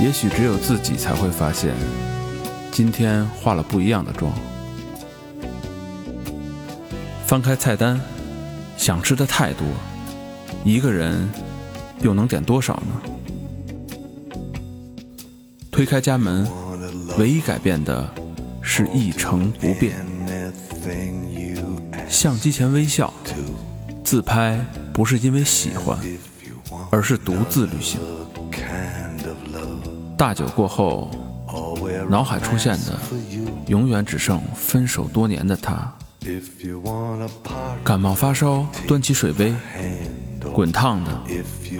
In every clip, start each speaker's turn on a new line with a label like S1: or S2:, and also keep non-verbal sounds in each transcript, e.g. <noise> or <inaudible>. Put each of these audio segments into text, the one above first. S1: 也许只有自己才会发现，今天化了不一样的妆。翻开菜单，想吃的太多，一个人又能点多少呢？推开家门，唯一改变的是一成不变。相机前微笑，自拍不是因为喜欢，而是独自旅行。大酒过后，脑海出现的永远只剩分手多年的他。感冒发烧，端起水杯，滚烫的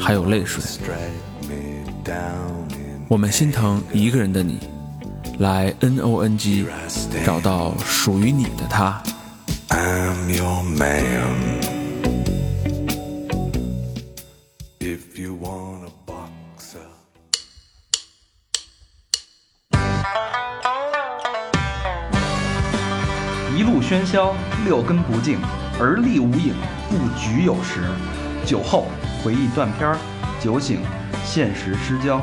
S1: 还有泪水。我们心疼一个人的你，来 N O N G 找到属于你的他。
S2: I'm your man. If you want a boxer.
S3: 一路喧嚣，六根不净，而立无影，不局有时。酒后回忆断片儿，酒醒现实失焦。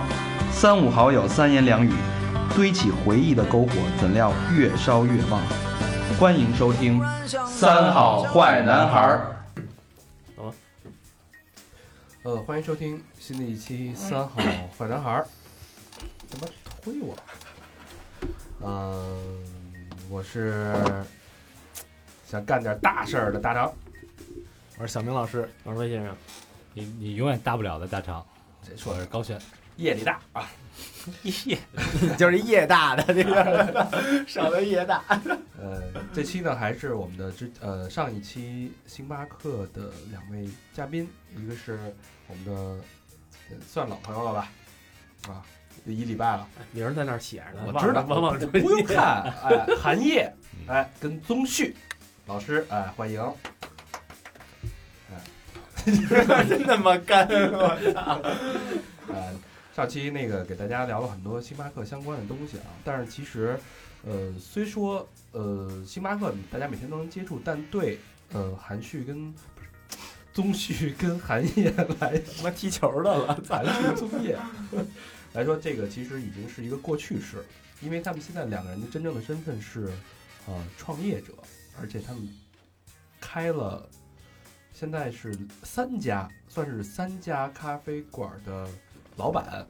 S3: 三五好友三言两语，堆起回忆的篝火，怎料越烧越旺。欢迎收听《三好坏男孩儿
S4: 呃，欢迎收听新的一期《三好坏男孩儿》。他妈推我！嗯、我是想干点大事儿的大张。
S5: 我是小明老师，我是魏先生。
S6: 你你永远大不了的大肠，
S4: 谁
S6: 我
S4: 说
S6: 是高 <laughs> 轩。
S4: 夜里大啊？
S5: <laughs> 就是夜大的这个，少了夜大。
S4: 呃，这期呢还是我们的之呃上一期星巴克的两位嘉宾，一个是我们的呃算老朋友了吧，啊，一礼拜了，
S5: 名儿在那儿写着呢，
S4: 我知道，
S5: 往往
S4: 不用看，哎，韩烨，哎，跟宗旭老师，哎，欢迎。
S5: 真他妈干！
S7: <laughs>
S5: 我
S4: 呃，上期那个给大家聊了很多星巴克相关的东西啊，但是其实，呃，虽说呃星巴克大家每天都能接触，但对呃韩旭跟不是 <laughs> 宗旭跟韩烨来
S5: 他妈踢球的了，
S4: 韩旭宗烨来说，这个其实已经是一个过去式，因为他们现在两个人的真正的身份是呃创业者，而且他们开了。现在是三家，算是三家咖啡馆的老板，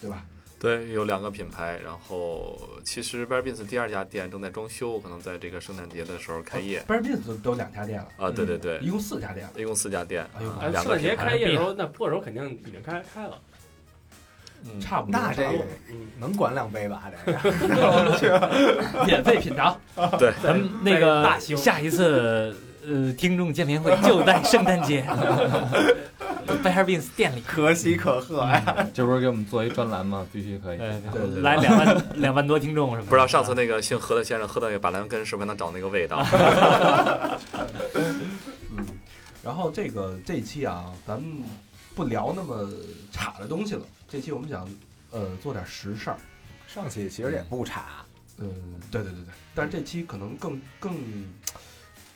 S4: 对吧？
S8: 对，有两个品牌，然后其实 b a r b i n s 第二家店正在装修，可能在这个圣诞节的时候开业。
S4: b a r b i n 都都两家店了，
S8: 啊，对对对，
S4: 一共四家店了。
S8: 一共四家店，
S4: 嗯哎呦
S8: 啊
S4: 哎
S8: 两
S6: 圣
S8: 个
S6: 诞节
S8: 品牌
S6: 开业的时候，那波手肯定已经开开了。
S8: 嗯
S4: 差不多，
S5: 那这
S4: 差不
S5: 个
S4: 多
S6: 嗯，
S5: 能管两杯吧？这个
S4: 免费品尝，
S6: 咱们那个大兴
S9: 下一次呃，听众见
S5: <laughs>
S9: 面会就在圣诞节，Bearbeans 店里，
S5: 可喜可贺呀！
S7: 嗯这不是给我们做一专栏吗？必须可以。
S4: 对对对
S9: 来两万两万多听众什么的？
S8: 不知道上次那个姓何的先生喝的那个板蓝根是不是还能找那个味道？
S4: 嗯。然后这个这一期啊，咱们不聊那么差的东西了。这期我们想，呃，做点实事儿。
S5: 上期其实也不差，
S4: 嗯，对对对对。但是这期可能更更，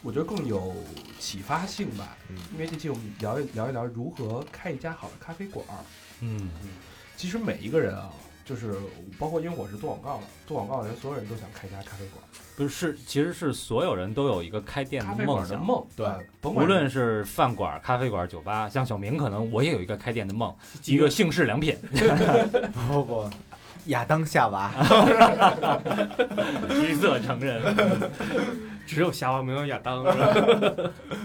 S4: 我觉得更有启发性吧。
S5: 嗯
S4: 因为这期我们聊一聊一聊如何开一家好的咖啡馆儿。
S9: 嗯，
S4: 其实每一个人啊，就是包括因为我是做广告的，做广告的人，所有人都想开一家咖啡馆儿，
S6: 不是，是其实是所有人都有一个开店
S4: 咖
S6: 的
S4: 啡
S6: 梦
S4: 馆的
S6: 想，
S4: 梦，
S6: 对
S4: 啊甭
S6: 无
S4: 管
S6: 论是饭馆、咖啡馆、酒吧，像小明可能我也有一个开店的梦，一个姓氏良品。
S5: 不不，亚当夏
S6: <laughs>
S5: 娃，
S9: 橘色成人，
S6: 只有夏娃没有亚当，是吧？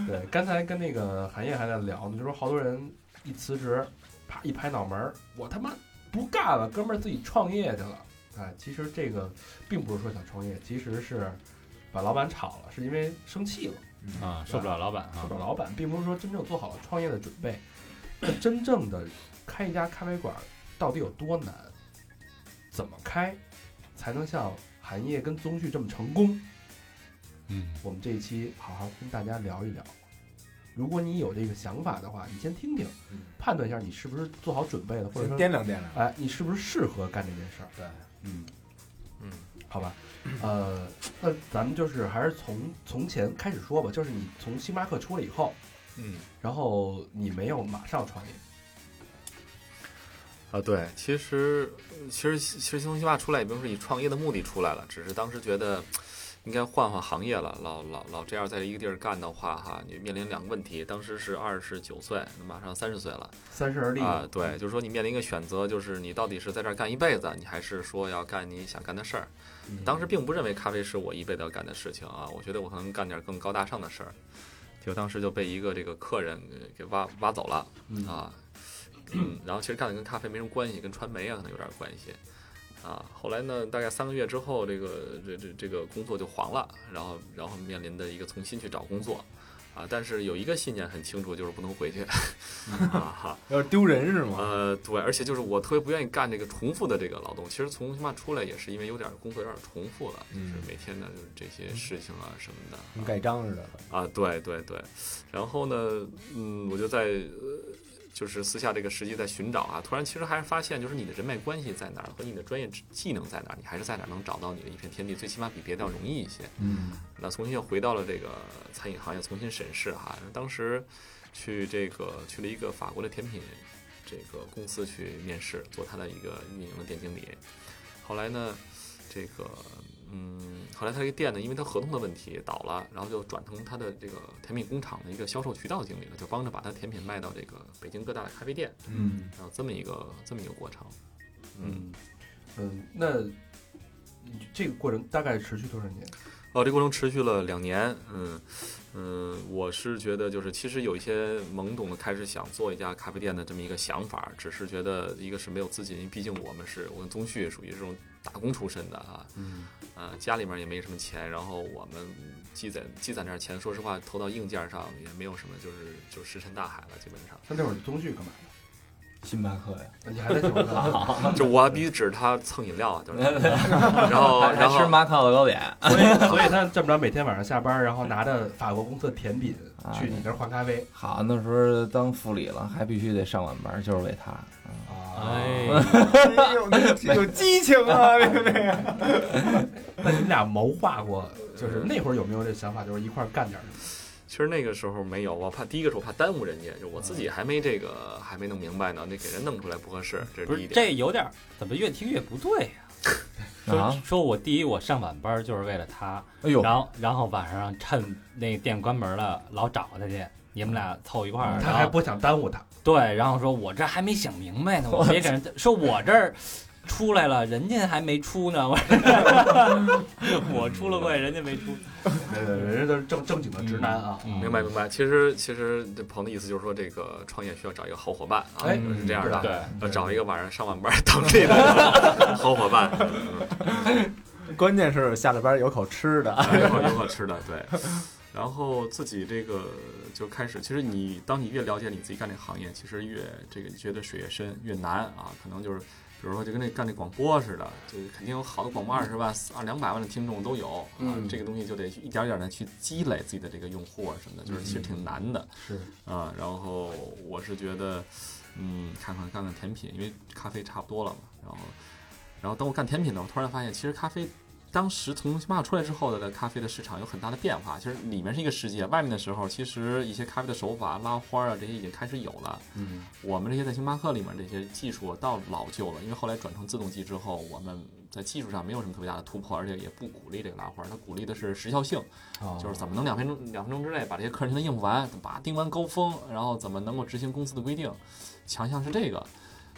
S4: 对，刚才跟那个韩烨还在聊呢，就说好多人一辞职，啪一拍脑门儿，我他妈不干了，哥们儿自己创业去了。啊，其实这个并不是说想创业，其实是把老板炒了，是因为生气了，
S6: 啊，受不了老板啊
S4: 受不，了老板，并不是说真正做好了创业的准备。那真正的开一家咖啡馆到底有多难？怎么开才能像韩烨跟宗旭这么成功？
S6: 嗯，
S4: 我们这一期好好跟大家聊一聊。如果你有这个想法的话，你先听听，判断一下你是不是做好准备了，或
S5: 嗯
S4: 者
S5: 先
S4: 说，
S5: 掂量掂量。
S4: 哎，你是不是适合干这件事儿？
S5: 对，
S4: 嗯
S8: 嗯，
S4: 好吧，呃，那咱们就是还是从从前开始说吧，就是你从星巴克出来以后，
S8: 嗯，
S4: 然后你没有马上创业，
S8: 啊，对，其实其实其实新东西坝出来也并不是以创业的目的出来了，只是当时觉得应该换换行业了，老老老这样在一个地儿干的话，哈，你面临两个问题，当时是二十九岁，马上三十岁了
S4: 三十而立
S8: 啊，对，就是说你面临一个选择，就是你到底是在这儿干一辈子，你还是说要干你想干的事儿。当时并不认为咖啡是我一辈子要干的事情啊，我觉得我可能干点更高大上的事儿，就当时就被一个这个客人给给挖挖走了啊，嗯，然后其实干的跟咖啡没什么关系，跟传媒啊可能有点关系啊。后来呢，大概三个月之后，这个这这这个工作就黄了，然后然后面临的一个重新去找工作啊，但是有一个信念很清楚，就是不能回去 <laughs> 啊哈。
S5: 有点丢人是吗？
S8: 呃，对，而且就是我特别不愿意干这个重复的这个劳动。其实从他妈出来也是因为有点工作有点重复了，就是每天的就是这些事情啊什么的。
S5: 跟盖章似的。
S8: 啊，对对对，然后呢，嗯，我就在呃，就是私下这个实际在寻找啊，突然其实还是发现，就是你的人脉关系在哪儿和你的专业知技能在哪儿，你还是在哪儿能找到你的一片天地，最起码比别的要容易一些。
S5: 嗯，
S8: 那重新又回到了这个餐饮行业，重新审视哈、当时去这个去了一个法国的甜品这个公司去面试，做他的一个运营的店经理。后来呢，这个嗯，后来他这个店呢，因为他合同的问题倒了，然后就转成他的这个甜品工厂的一个销售渠道经理了，就帮着把他甜品卖到这个北京各大的咖啡店，
S5: 嗯，
S8: 然后这么一个这么一个过程。嗯，
S4: 嗯，那这个过程大概持续多少年？
S8: 哦，这过程持续了两年，嗯嗯，我是觉得就是其实有一些懵懂的开始想做一家咖啡店的这么一个想法，只是觉得一个是没有资金，因为毕竟我们是我跟宗旭属于这种打工出身的啊，
S5: 嗯，
S8: 呃，家里面也没什么钱，然后我们积攒积攒点钱，说实话投到硬件上也没有什么，就是就石沉大海了，基本上。
S4: 他那会儿东旭干嘛？啊
S5: 星巴克呀，
S4: 你还在酒
S5: <laughs>
S4: 吧？
S8: 就我必须指着他蹭饮料，啊就是，然后
S7: 还
S8: 然
S7: 吃
S8: 后
S7: 马卡老糕点，
S4: 所以所以他这么着，每天晚上下班，然后拿着法国公司的甜品
S7: 啊
S4: 去你那儿换咖啡
S7: 好那时候当副理了，还必须得上晚班，就是为他。
S4: 啊。
S6: 哎，
S5: <laughs> 有有激情啊，对不对？
S4: <laughs> 那你们俩谋划过，就是那会儿有没有这想法，就是一块儿干点什么？
S8: 其实那个时候没有，我怕第一个是我怕耽误人家，就我自己还没这个还没弄明白呢，那给人弄出来不合适，这
S6: 不
S8: 是
S6: 是
S8: 第一点。
S6: 这有点儿怎么越听越不对呀、
S7: 啊
S6: 说说我第一我上晚班就是为了他，
S7: 哎呦，
S6: 然后然后晚上趁那店关门了老找他去，你们俩凑一块儿，
S4: 嗯他
S6: 然
S4: 还
S6: 后
S4: 不想耽误他，
S6: 对，然后说我这还没想明白
S4: <laughs>
S6: 呢，我别给人说我这儿出来了，人家还没出呢，我 <laughs>
S4: 嗯
S6: 我出了柜，人家没出，
S4: 对对，人家都是正正经的直男啊。
S6: 嗯
S8: 明白明白，其实其实这朋友的意思就是说，这个创业需要找一个好伙伴啊，
S4: 哎
S8: 就是这样的，
S6: 对，
S8: 要找一个晚上上晚班 <laughs> 当这个 <laughs> 好伙伴，嗯
S5: 关键是下了班有口吃的，
S8: 嗯有口有口吃的，对。然后自己这个就开始，其实你当你越了解你自己干这行业，其实越这个觉得水越深越难啊，可能就是。比如说，就跟那干那广播似的，就是肯定有好的广播二十万、二两百万的听众都有啊。
S5: 嗯
S8: 这个东西就得一点儿一点的去积累自己的这个用户啊什么的，就是其实挺难的。
S4: 是
S8: 啊，然后我是觉得，嗯，看看干干甜品，因为咖啡差不多了嘛。然后，然后等我干甜品呢，我突然发现，其实咖啡当时从星巴克出来之后的咖啡的市场有很大的变化。其实里面是一个世界，外面的时候，其实一些咖啡的手法、拉花啊这些已经开始有了。
S5: 嗯，
S8: 我们这些在星巴克里面这些技术到老旧了，因为后来转成自动机之后，我们在技术上没有什么特别大的突破，而且也不鼓励这个拉花，它鼓励的是时效性。就是怎么能两分钟两分钟之内把这些客人全都应付完，把它定完高峰，然后怎么能够执行公司的规定，强项是这个，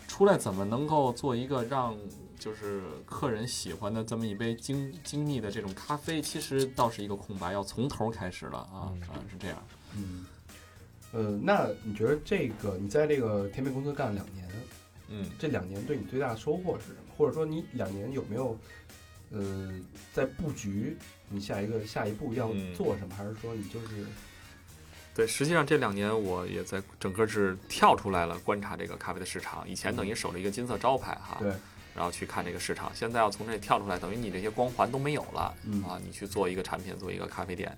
S8: 出来怎么能够做一个让就是客人喜欢的这么一杯精精密的这种咖啡，其实倒是一个空白，要从头开始了啊啊是这样。
S4: 嗯，呃，那你觉得这个你在这个甜品公司干了两年，
S8: 嗯，
S4: 这两年对你最大的收获是什么？或者说你两年有没有，呃，在布局你下一个下一步要
S8: 嗯
S4: 做什么？还是说你就是
S8: 对，实际上这两年我也在整个是跳出来了观察这个咖啡的市场，以前等于守着一个金色招牌哈，
S4: 对，
S8: 然后去看这个市场，现在要从这里跳出来，等于你这些光环都没有了。
S4: 嗯
S8: 啊，你去做一个产品，做一个咖啡店。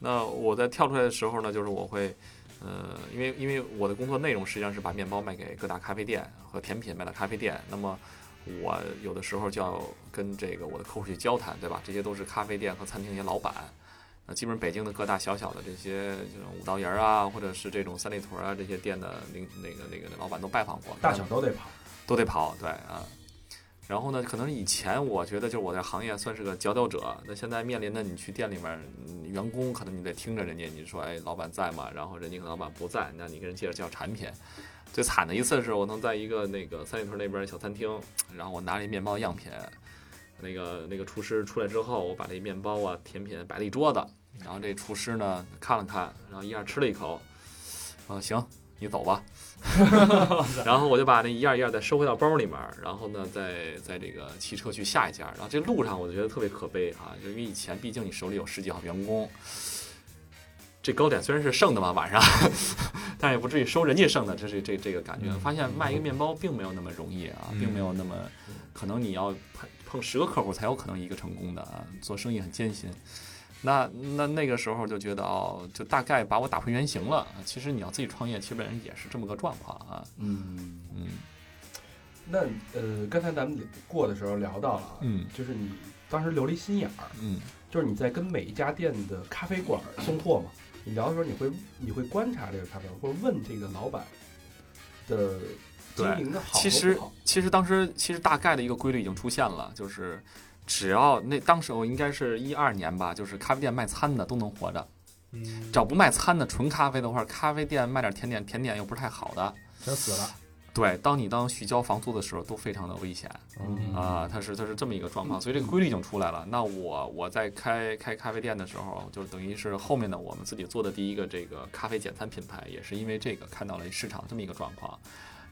S8: 那我在跳出来的时候呢，就是我会，呃，因为因为我的工作内容实际上是把面包卖给各大咖啡店和甜品卖到咖啡店，那么我有的时候就要跟这个我的客户去交谈，对吧？这些都是咖啡店和餐厅一些老板。那基本上北京的各大小小的这些这种五道营儿啊，或者是这种三里屯儿啊这些店的那那个那个那老板都拜访过，
S4: 大小都得跑？
S8: 都得跑，对啊。然后呢，可能以前我觉得就是我在行业算是个佼佼者，那现在面临的你去店里面，嗯员工可能你得听着人家，你说哎，老板在吗？然后人家可能老板不在，那你跟人介绍介绍产品。最惨的一次是我能在一个那个三里屯那边小餐厅，然后我拿了一面包样品，那个那个厨师出来之后，我把这面包啊甜品摆了一桌子，然后这厨师呢看了看，然后一下吃了一口，啊行，你走吧。然后我就把那一样一样再收回到包里面儿，然后呢，再在这个骑车去下一家。然后这路上我就觉得特别可悲啊，就因为以前毕竟你手里有十几号员工，这糕点虽然是剩的嘛晚上， <laughs> 但也不至于收人家剩的，这是这这个感觉。发现卖一个面包并没有那么容易啊，并没有那么可能你要碰碰十个客户才有可能一个成功的啊，做生意很艰辛。那那那个时候就觉得哦，就大概把我打回原形了。啊其实你要自己创业，基本上也是这么个状况啊。
S4: 嗯，
S8: 嗯
S4: 那呃，刚才咱们过的时候聊到了啊，
S8: 嗯
S4: 就是你当时留了一心眼儿，
S8: 嗯
S4: 就是你在跟每一家店的咖啡馆儿送货嘛，你聊的时候你会你会观察这个咖啡馆，或者问这个老板的经营的好
S8: 其
S4: 和
S8: 实
S4: 不好。
S8: 其实当时其实大概的一个规律已经出现了，就是只要那当时我应该是一二年吧，就是咖啡店卖餐的都能活着，
S4: 嗯
S8: 只要不卖餐的纯咖啡的话，咖啡店卖点甜点，甜点又不是太好的，
S5: 全死了。
S8: 对，当你当续交房租的时候都非常的危险。
S5: 嗯
S8: 啊，它是它是这么一个状况，所以这个规律已经出来了。那我我在开开咖啡店的时候，就是等于是后面呢，我们自己做的第一个这个咖啡简餐品牌，也是因为这个看到了市场这么一个状况。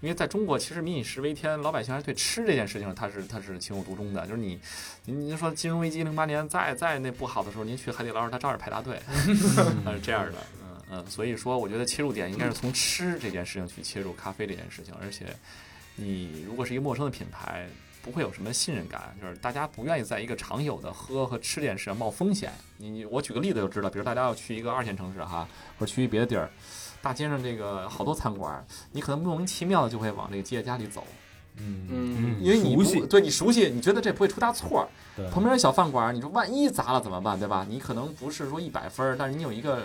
S8: 因为在中国，其实民以食为天，老百姓还是对吃这件事情他是他是情有独钟的。就是你，您您说金融危机零八年再再那不好的时候，您去海底捞，他照样排大队，他是这样的。嗯嗯，所以说我觉得切入点应该是从吃这件事情去切入咖啡这件事情，而且你如果是一个陌生的品牌，不会有什么信任感，就是大家不愿意在一个常有的喝和吃这件事上冒风险。你你我举个例子就知道，比如大家要去一个二线城市哈，或者去别的地儿，大街上这个好多餐馆，你可能莫名其妙的就会往这个吉野家里走，
S4: 嗯
S8: 因为你熟悉，对你熟悉，你觉得这不会出大错儿。
S5: 对
S8: 旁边有小饭馆儿，你说万一砸了怎么办，对吧？你可能不是说一百分儿，但是你有一个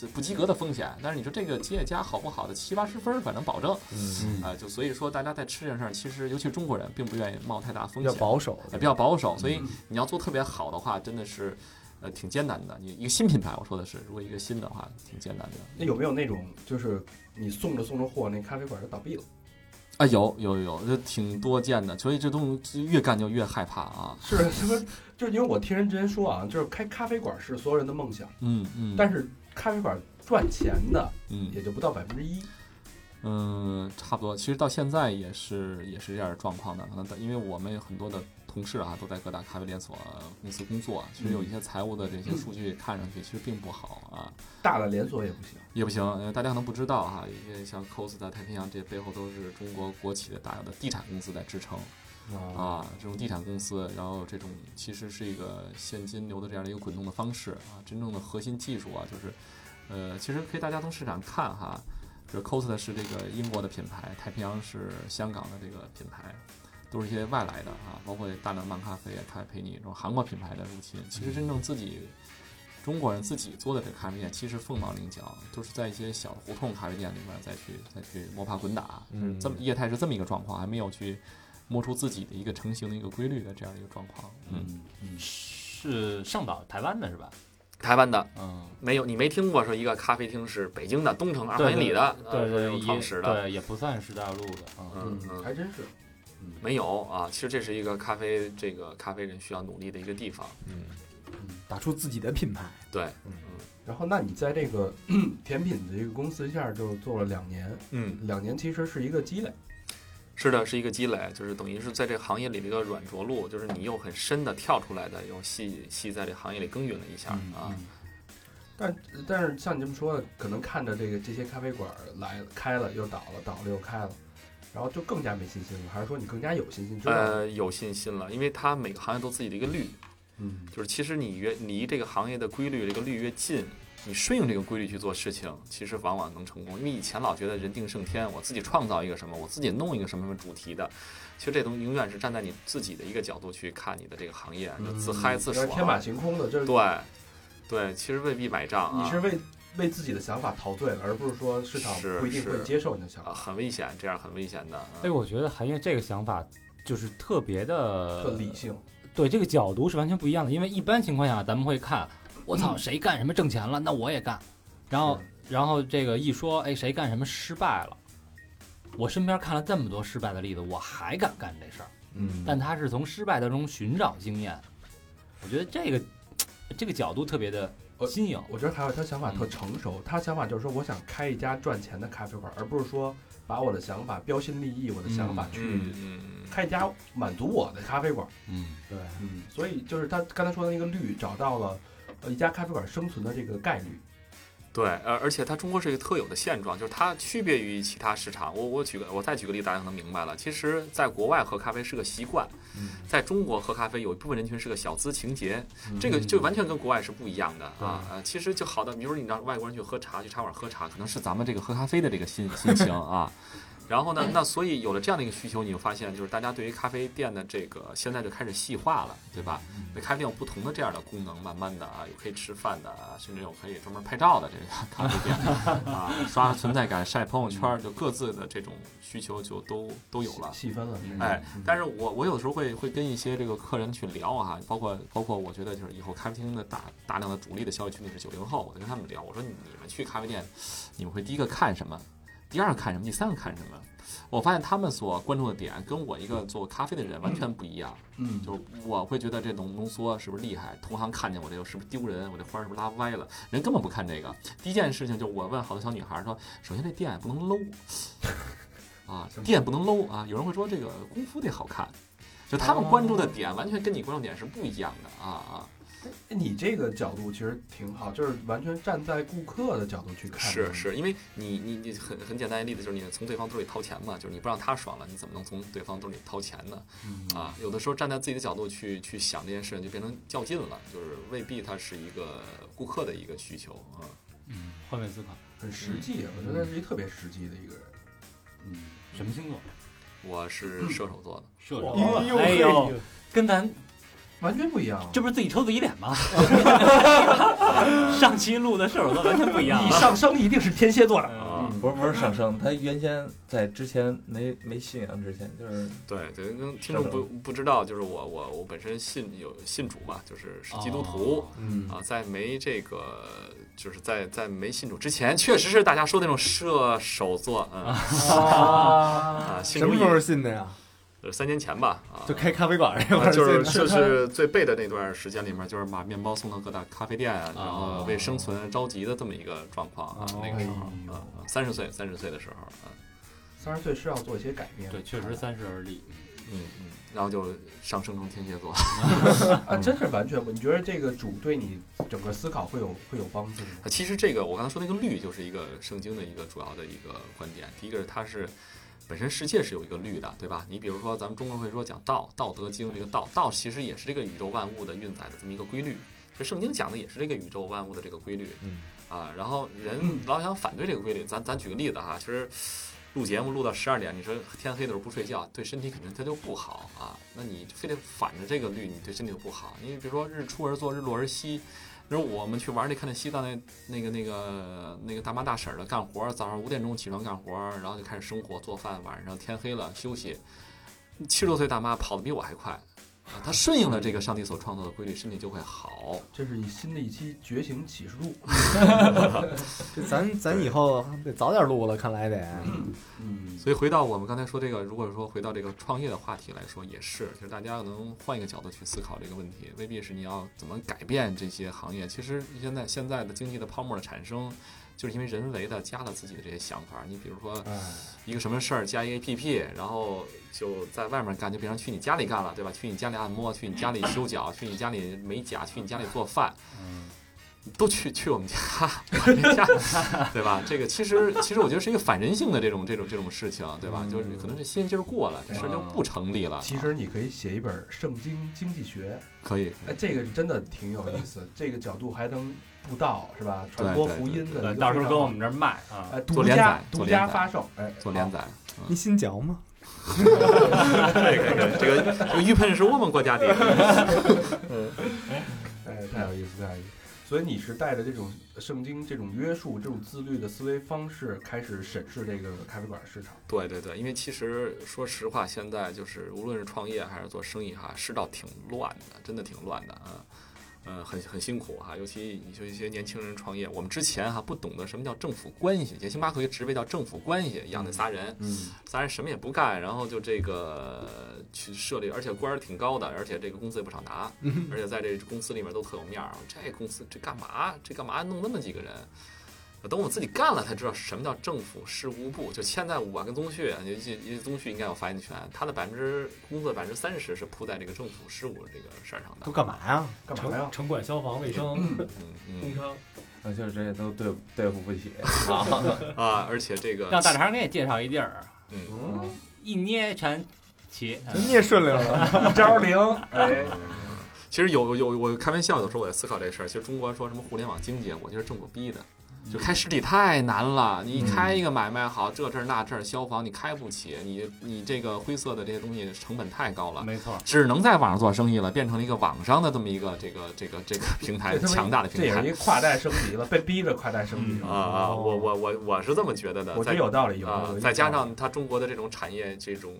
S8: 嗯不及格的风险。但是你说这个吉野家好不好的七八十分儿，反正保证。
S5: 嗯，
S8: 啊、就所以说大家在吃这件事儿，其实尤其中国人并不愿意冒太大
S5: 比
S8: 风
S5: 较
S8: 险，
S5: 保守，
S8: 呃比较保守。所以你要做特别好的话，真的是。呃，挺艰难的。你一个新品牌，我说的是，如果一个新的话，挺艰难的。
S4: 那有没有那种就是你送着送着货，那咖啡馆就倒闭了？ <laughs>
S8: 啊，有有有，这挺多见的。所以这东西越干就越害怕啊。
S4: 是什么？就是因为我听人之前说啊，就是开咖啡馆是所有人的梦想，
S8: 嗯嗯。
S4: 但是咖啡馆赚钱的
S8: 嗯
S4: 也就不到百分之一。
S8: 嗯，差不多。其实到现在也是也是这样的状况的。可能在因为我们有很多的同事啊，都在各大咖啡连锁公司工作，其实有一些财务的这些数据看上去其实并不好啊，
S4: 大的连锁也不行。
S8: 也不行。呃大家可能不知道哈、一些像 Costa、太平洋这些背后都是中国国企的大有的地产公司在支撑
S6: 嗯
S8: 啊，这种地产公司，然后这种其实是一个现金流的这样的一个滚动的方式啊。真正的核心技术啊，就是呃，其实可以大家从市场看哈，就是 Costa 是这个英国的品牌，太平洋是香港的这个品牌，都是一些外来的啊，包括大量漫咖啡、咖啡陪你这种韩国品牌的入侵。其实真正自己中国人自己做的这个咖啡店，其实凤毛麟角，都是在一些小胡同咖啡店里面再去再去摸爬滚打，是这么业态是这么一个状况，还没有去摸出自己的一个成型的一个规律的这样一个状况。嗯，
S6: 是上岛台湾的是吧？
S8: 台湾的
S6: 嗯，
S8: 没有，你没听过说一个咖啡厅是北京的东城二环里的，
S6: 对
S8: 呃
S6: 对，
S8: 有
S6: 也
S8: 创始的，
S6: 对也不算是大陆的啊。
S8: 嗯嗯，
S4: 还真是。
S8: 没有啊，其实这是一个咖啡这个咖啡人需要努力的一个地方。
S5: 打出自己的品牌。
S8: 对，
S4: 然后，那你在这个 <clears throat> 甜品的这个公司一下就做了两年，
S8: 嗯，
S4: 两年其实是一个积累。
S8: 是的，是一个积累，就是等于是在这个行业里的一个软着陆，就是你又很深的跳出来的，又细细在这行业里耕耘了一下啊。
S4: 但但是像你这么说，可能看着这个这些咖啡馆来开了又倒了，倒了又开了，然后就更加没信心了，还是说你更加有信心？知道吗，
S8: 呃，有信心了，因为它每个行业都自己的一个律，
S4: 嗯，
S8: 就是其实你越离这个行业的规律、这个律越近，你顺应这个规律去做事情，其实往往能成功。因为以前老觉得人定胜天，我自己创造一个什么，我自己弄一个什么什么主题的，其实这东西永远是站在你自己的一个角度去看你的这个行业，就自嗨自
S4: 嗯有点天马
S8: 爽。啊
S4: 行空的，就是
S8: 对，对，其实未必买账啊。
S4: 你是为为自己的想法陶醉了，而不是说市场
S8: 是
S4: 不一定会
S8: 是
S4: 接受你的想法，
S8: 啊，很危险，这样很危险的。嗯
S9: 哎，我觉得韩月这个想法就是特别的
S4: 特理性。
S9: 对这个角度是完全不一样的，因为一般情况下咱们会看，我操，谁干什么挣钱了，那我也干。然后，然后这个一说，哎，谁干什么失败了，我身边看了这么多失败的例子，我还敢干这事儿。
S7: 嗯，
S9: 但他是从失败当中寻找经验，我觉得这个这个角度特别的新颖。
S4: 我觉得还有他想法特成
S8: 嗯
S4: 熟，他想法就是说，我想开一家赚钱的咖啡馆，而不是说把我的想法标新立异，我的想法去
S8: 嗯嗯
S4: 开一家满足我的咖啡馆。
S9: 嗯，
S4: 对，嗯，所以就是他刚才说的那个绿，找到了呃一家咖啡馆生存的这个概率。
S8: 对，而而且它中国是一个特有的现状，就是它区别于其他市场。我我举个，我再举个例子，大家可能明白了。其实，在国外喝咖啡是个习惯，在中国喝咖啡有一部分人群是个小资情节，这个就完全跟国外是不一样的啊。呃其实就好的，比如你让外国人去喝茶，去茶馆喝茶，可能是咱们这个喝咖啡的这个心 <laughs> 心情啊。然后呢，那所以有了这样的一个需求，你就发现就是大家对于咖啡店的这个现在就开始细化了，对吧？那咖啡店有不同的这样的功能，慢慢的啊，有可以吃饭的啊，甚至有可以专门拍照的这个咖啡店啊，刷存在感、晒朋友圈儿，就各自的这种需求就都都有了。
S4: 细分了，
S8: 哎，
S4: 嗯
S8: 但是我我有的时候会会跟一些这个客人去聊啊，包括包括我觉得就是以后咖啡厅的大大量的主力的消费群体是九零后，我就跟他们聊，我说你你们去咖啡店，你们会第一个看什么，第二个看什么，第三个看什么？我发现他们所关注的点跟我一个做咖啡的人完全不一样。
S4: 嗯，
S8: 就是我会觉得这浓浓缩是不是厉害，同行看见我这个是不是丢人，我这花儿是不是拉歪了？人根本不看这个。第一件事情就是我问好多小女孩儿说，首先这店不能 low 啊，店不能 low 啊。有人会说这个功夫得好看，就他们关注的点完全跟你关注点是不一样的啊啊。
S4: 哎你这个角度其实挺好，就是完全站在顾客的角度去看，
S8: 是是，因为你你你很很简单的例子就是你从对方兜里掏钱嘛，就是你不让他爽了，你怎么能从对方兜里掏钱呢？啊，有的时候站在自己的角度去去想这件事情，就变成较劲了，就是未必它是一个顾客的一个需求啊。
S9: 嗯，换位思考，
S4: 很实
S7: 嗯
S4: 际，我觉得是一特别实际的一个人。
S9: 什么星座？
S8: 我是射手座的，
S9: 射
S5: 哎呦
S9: 手。哎呦，跟咱
S4: 完全不一样，啊
S9: 这不是自己抽自己脸吗？上期录的射手座完全不一样
S4: 你
S9: 啊。
S4: 上升一定是天蝎座的，
S8: 啊，
S7: 嗯不是不是上升，他原先在之前没没信仰之前，就是
S8: 对对，跟听众
S7: 射
S8: 不
S7: 手
S8: 不知道，就是我我我本身信有信主嘛，就是是基督徒。
S5: 嗯，
S8: 啊，在没这个，就是在在没信主之前，确实是大家说那种射手座，嗯
S5: <laughs>
S8: 啊，信
S5: 什
S8: 主
S5: 么
S8: 以
S5: 时候信的呀？
S8: 呃，三年前吧，啊，
S5: 就开咖啡馆这会
S8: 啊
S5: 儿
S8: 就是
S5: 信
S8: 就
S5: 的
S8: 是最背的那段时间里面，就是把面包送到各大咖啡店，啊，然
S5: 哦
S8: 后为生存着急的这么一个状况啊，那个时
S5: 哎
S8: 候啊，三十岁三十岁的时候啊，
S4: 三十岁是要做一些改变。啊
S6: 对，确实三十而立。
S8: 嗯嗯，然后就上升成天蝎座，
S4: 啊，真是完全不。你觉得这个主对你整个思考会有会有帮助吗？
S8: 其实这个我刚才说那个律就是一个圣经的一个主要的一个观点。第一个是它是本身世界是有一个律的，对吧？你比如说咱们中国人会说讲道，《道德经》这个道，道其实也是这个宇宙万物的运载的这么一个规律。就圣经讲的也是这个宇宙万物的这个规律。
S7: 嗯
S8: 啊，然后人老想反对这个规律，咱咱举个例子哈，其实。录节目录到十二点，你说天黑的时候不睡觉，对身体肯定它就不好啊。那你非得反着这个律，你对身体就不好。你比如说日出而作，日落而息。那时候我们去玩儿那看那西藏那那个那个那个大妈大婶儿的干活儿，早上五点钟起床干活儿，然后就开始生火做饭，晚上天黑了休息。七十多岁大妈跑得比我还快，啊，她顺应了这个上帝所创造的规律，身体就会好。
S4: 这是你新的一期《觉醒启示录》。
S5: 这咱咱以后得早点录了，看来得。
S4: 嗯，
S8: 所以回到我们刚才说这个，如果说回到这个创业的话题来说，也是，就是大家能换一个角度去思考这个问题，未必是你要怎么改变这些行业。其实现在现在的经济的泡沫的产生，就是因为人为的加了自己的这些想法。你比如说一个什么事儿加一个 APP，然后就在外面干，就变成去你家里干了，对吧？去你家里按摩，去你家里修脚，去你家里美甲，去你家里做饭。都去去我们家，我们家，对吧？这个其实其实我觉得是一个反人性的这种这种这种事情，对吧？就是可能这心劲儿过了，这事儿就不成立了。
S4: 其实你可以写一本《圣经经济学》，
S8: 可以，
S4: 哎，这个真的挺有意思，这个角度还能布道是吧？传播福音的
S6: 呃，
S4: 一个非常，
S6: 到时候跟我们这儿卖啊，
S4: 哎
S8: 做
S4: 独
S8: 连
S4: 家
S8: 载做
S4: 独
S8: 连
S4: 家
S8: 载
S4: 发售，哎，
S8: 做连载，
S5: 你信教吗？
S8: 可以可以可以，这个这个玉佩是我们国家的。
S4: 哎，太有意思，太有意思。所以你是带着这种圣经这种约束、这种自律的思维方式，开始审视这个咖啡馆市场。
S8: 对对对，因为其实说实话，现在就是无论是创业还是做生意哈，世道挺乱的，真的挺乱的啊。呃，很很辛苦哈，尤其你说一些年轻人创业，我们之前哈不懂得什么叫政府关系，以前星巴克有一个职位叫政府关系一样的仨人，
S7: 嗯，
S8: 仨人什么也不干，然后就这个呃去设立，而且官儿挺高的，而且这个工资也不少拿，
S5: 嗯
S8: 而且在这公司里面都特有面儿。这公司这干嘛？这干嘛弄那么几个人？等我自己干了才知道什么叫政府事务部。就现在我跟宗旭，啊尤其因为宗旭应该有发言权，他的百分之工作百分之三十是扑在这个政府事务这个事儿上的
S5: 都。干嘛呀？
S4: 干嘛呀
S10: 城？城管、消防、卫生、
S8: 嗯
S10: 工
S8: 嗯
S10: 商，
S7: 那确实这些都对对付不起。
S8: 啊，而且这个
S6: 让大肠给你介绍一地儿，
S4: 嗯，
S6: 一捏嗯全齐。
S5: 捏顺溜了，
S4: 招零，
S8: <laughs>
S4: 哎，
S8: 其实有有我开玩笑，有时候我也思考这事儿。其实中国说什么互联网经济，我觉得政府逼的，就开实体太难
S4: 嗯
S8: 了。你开一个买卖好，这这儿那这儿消防你开不起，你你这个灰色的这些东西成本太高了，
S6: 没错，
S8: 只能在网上做生意了，变成了一个网上的这么一个这个这个这个平台，
S4: 这他妈
S8: 强大的
S4: 这
S8: 平
S4: 也是
S8: 台
S4: 一跨代升级了，被逼着跨代升级
S8: 啊
S4: 了。
S8: 啊！我我我我是这么觉得的，
S4: 我觉
S8: 在
S4: 得有道理，有道
S8: 啊
S4: 理。，
S8: 再加上它中国的这种产业，这种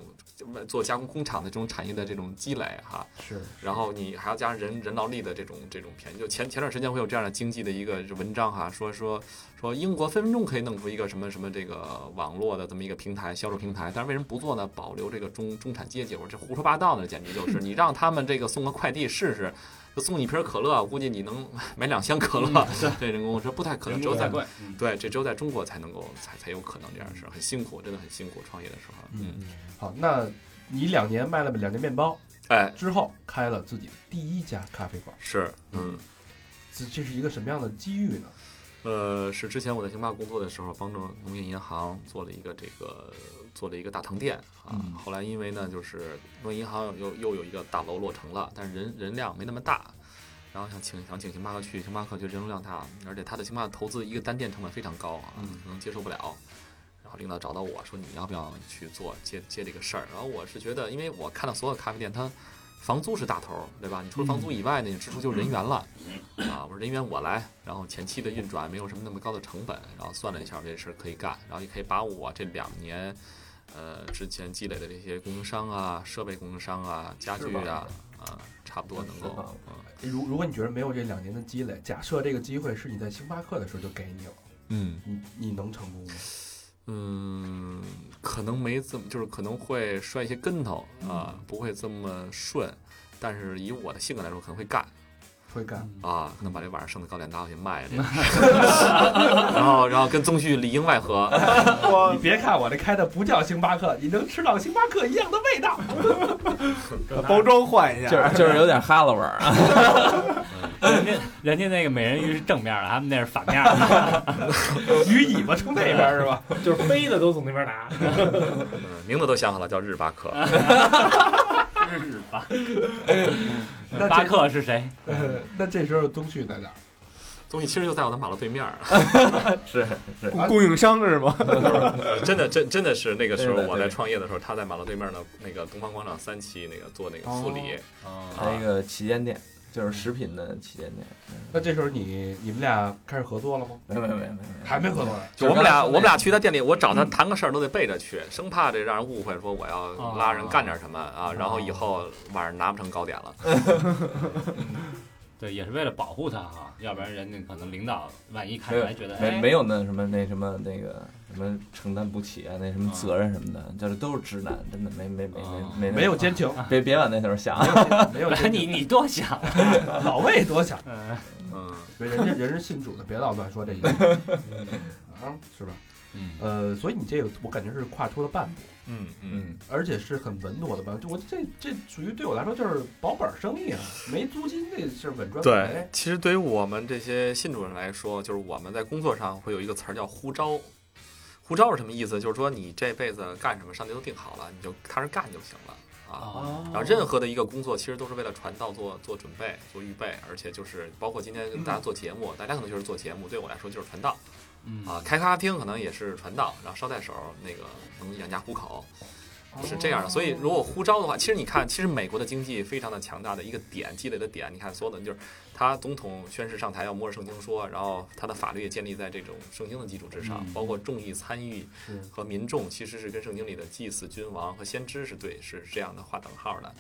S8: 做加工工厂的这种产业的这种积累哈，
S4: 是
S8: 然后你还要加上人人劳力的这种这种便宜。就前前段时间会有这样的经济的一个文章哈，说说说英国分分钟可以弄出一个什么什么这个网络的这么一个平台销售平台，但是为什么不做呢？保留这个中中产阶级，我说这胡说八道呢，简直就是你让他们这个送个快递试试。就送你一瓶可乐，我估计你能买两箱可乐。 <laughs> 这人工我说不太可能，只有在
S6: 贵。
S8: 嗯对，这只有在中国才能够才才有可能这样的事，很辛苦，真的很辛苦。创业的时候，嗯，
S4: 好。那你两年卖了两年面包
S8: 哎，
S4: 之后，开了自己第一家咖啡馆，
S8: 是，嗯。
S4: 这这是一个什么样的机遇呢？
S8: 呃，是之前我在星巴克工作的时候，帮助农业银行做了一个这个做了一个大堂店啊。后来因为呢，就是农业银行又又有一个大楼落成了，但是人人量没那么大，然后想请想请星巴克去，星巴克觉得人流量大，而且他的星巴克投资一个单店成本非常高啊，可能接受不了。然后领导找到我说：“你要不要去做接接这个事儿？”然后我是觉得，因为我看到所有咖啡店，它房租是大头儿，对吧？你除了房租以外呢，你支出就是人员了。啊，我说人员我来，然后前期的运转没有什么那么高的成本，然后算了一下这事儿可以干，然后也可以把我这两年，呃，之前积累的这些供应商啊、设备供应商啊、家具啊，啊，差不多能
S7: 是吧
S8: 够，
S4: 如如果你觉得没有这两年的积累，假设这个机会是你在星巴克的时候就给你了，
S8: 嗯
S4: 你你能成功吗？
S8: 嗯，可能没这么，就是可能会摔一些跟头啊，
S7: 嗯
S8: 不会这么顺，但是以我的性格来说，可能会干。
S4: 会干？
S8: 啊，可能把这晚上剩的糕点拿回去卖了，
S7: <laughs>
S8: 这个事儿然后然后跟宗旭里应外合，
S4: 你别看我这开的不叫星巴克，你能吃到星巴克一样的味道。
S5: 把包装换一下。
S7: 就是就是有点哈喇味儿啊。
S6: 人家人家那个美人鱼是正面的，他们那是反 <laughs> 面的。
S4: 鱼尾巴冲那边是吧？
S10: 就是飞的都从那边拿。
S8: 嗯名字都想好了，叫日巴克。
S6: 日巴
S4: 那
S6: 巴
S4: 这
S6: 克是谁？
S4: 呃 <laughs> 那这时候东旭在哪儿？
S8: 东西其实就在我的马路对面 <laughs> 儿，
S5: 供供应商是吗？
S8: 呃真的真真的是那个时候
S7: 对对对
S8: 我在创业的时候，他在马路对面的那个东方广场三期那个做那个副理，
S7: 那个旗舰店，就是食品的旗舰店。
S4: 那这时候你你们俩开始合作了吗？
S7: 没没没没没，
S4: 还没合作呢。
S8: 就我们俩我们俩去他店里，我找他谈个事儿都得背着去，生怕这让人误会说我要拉人干点什么啊，然后以后晚上拿不成糕点了。
S6: <laughs> 对，也是为了保护他哈，要不然人家可能领导万一看
S7: 没
S6: 出
S7: 有
S6: 来觉得
S7: 没
S6: 哎
S7: 没有那什么那什么那个什么承担不起啊，那什
S6: 嗯
S7: 么责任什么的，就是都是直男，真的没没没
S6: 啊 <laughs>
S7: 没没
S4: 没有奸情，
S7: 别别往那头想，
S4: 没有奸
S6: 你
S4: 情，
S6: 你多想，
S4: 老魏多想，
S8: 嗯，
S4: 人家人是信主的，别老乱说这 <laughs> 一句啊，是吧？
S6: 嗯，
S4: 呃，所以你这个我感觉是跨出了半步，
S8: 嗯嗯
S7: 嗯，
S4: 而且是很稳妥的吧？就我这这属于对我来说就是保本生意啊，没租金这事儿稳赚不
S8: 对
S6: 哎
S4: 赔。，
S8: 其实对于我们这些信主人来说，就是我们在工作上会有一个词儿叫呼召。呼召是什么意思？就是说你这辈子干什么，上帝都定好了，你就踏实干就行了啊。
S6: 哦，
S8: 然后任何的一个工作，其实都是为了传道做做准备、做预备，而且就是包括今天跟大家做节目，大家可能就是做节目，对我来说就是传道
S6: 嗯
S8: 啊，开咖啡厅可能也是传道，然后捎带手那个能养家糊口。
S6: 哦
S8: 是这样的。所以如果呼召的话，其实你看，其实美国的经济非常的强大的一个点积累的点，你看所有的就是他总统宣誓上台要摸着圣经说，然后他的法律也建立在这种圣经的基础之上，包括众议、参议和民众其实是跟圣经里的祭祀、君王和先知是对是这样的划等号的。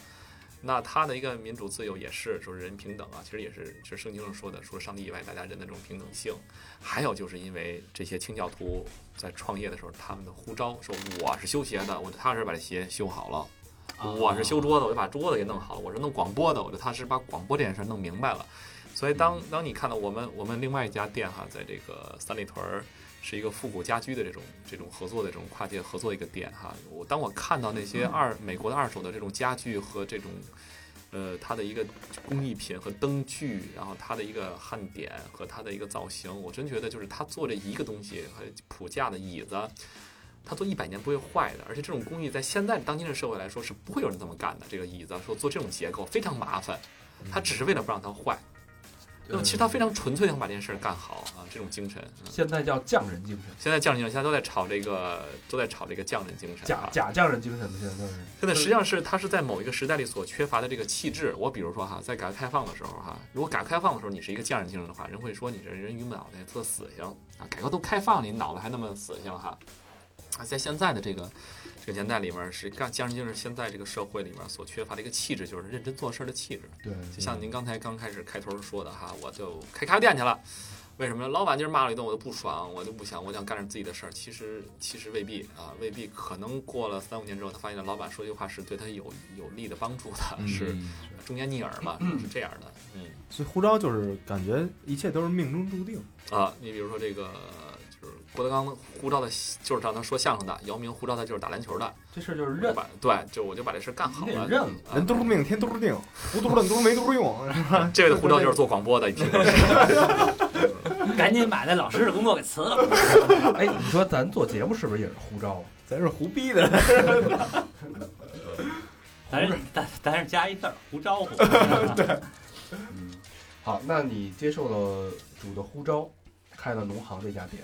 S8: 那他的一个民主自由也是，就是人平等啊，其实也是，就是圣经上说的，说上帝以外大家人的这种平等性。还有就是因为这些清教徒在创业的时候，他们的呼召说我是修鞋的，我就踏实把这鞋修好了；我是修桌子，我就把桌子给弄好了；我是弄广播的，我就踏实把广播这件事弄明白了。所以当当你看到我们我们另外一家店哈，在这个三里屯儿是一个复古家居的这种这种合作的这种跨界合作的一个店哈，我当我看到那些二美国的二手的这种家具和这种呃，它的一个工艺品和灯具，然后它的一个焊点和它的一个造型，我真觉得就是它做这一个东西和普架的椅子，它做一百年不会坏的。而且这种工艺在现在当今的社会来说是不会有人这么干的。这个椅子说做这种结构非常麻烦，它只是为了不让它坏。那么其实他非常纯粹地想把这件事儿干好啊，这种精神。嗯
S4: 现在叫匠人精神，
S8: 现在匠人精神，现在都在炒这个，都在炒这个匠人精神、啊
S4: 假。假匠人精神的现在都是。
S8: 现在实际上是它是在某一个时代里所缺乏的这个气质。我比如说哈，在改革开放的时候哈，如果改革开放的时候你是一个匠人精神的话，人会说你这人鱼脑袋特死性啊，改革都开放了，你脑子还那么死性哈。啊，在现在的这个这个年代里面，是干匠人精神现在这个社会里面所缺乏的一个气质，就是认真做事儿的气质。
S4: 对，
S8: 就像您刚才刚开始开头说的哈，我就开咖啡店去了。为什么呢？老板今儿骂了一顿，我就不爽，我就不想，我想干点自己的事儿。其实其实未必啊，未必。可能过了三五年之后，他发现老板说句话是对他有有利的帮助的，是忠言逆耳嘛，是这样的。嗯
S11: 所以呼召就是感觉一切都是命中注定。
S8: 啊，你比如说这个就是郭德纲呼召的，就是让他说相声的；姚明呼召他就是打篮球的。
S4: 这事儿就是
S8: 我
S4: <laughs>
S8: 就
S4: 认，
S8: 把对，就我就把这事儿干好
S4: 你得
S8: 了。
S4: 认了
S8: 啊
S11: 人都是命，天都是定，糊涂了你都没多用。
S4: 嗯
S8: 这位的护照就是做广播的，一听
S4: <laughs>
S6: 赶紧把那老师的工作给辞了。
S4: 哎，你说咱做节目是不是也是呼召啊？
S11: 咱是胡逼的，
S6: 咱是咱咱是加一字儿胡招
S7: <laughs>
S6: 呼。
S4: 嗯，好，那你接受了主的呼召，开了农行这家店，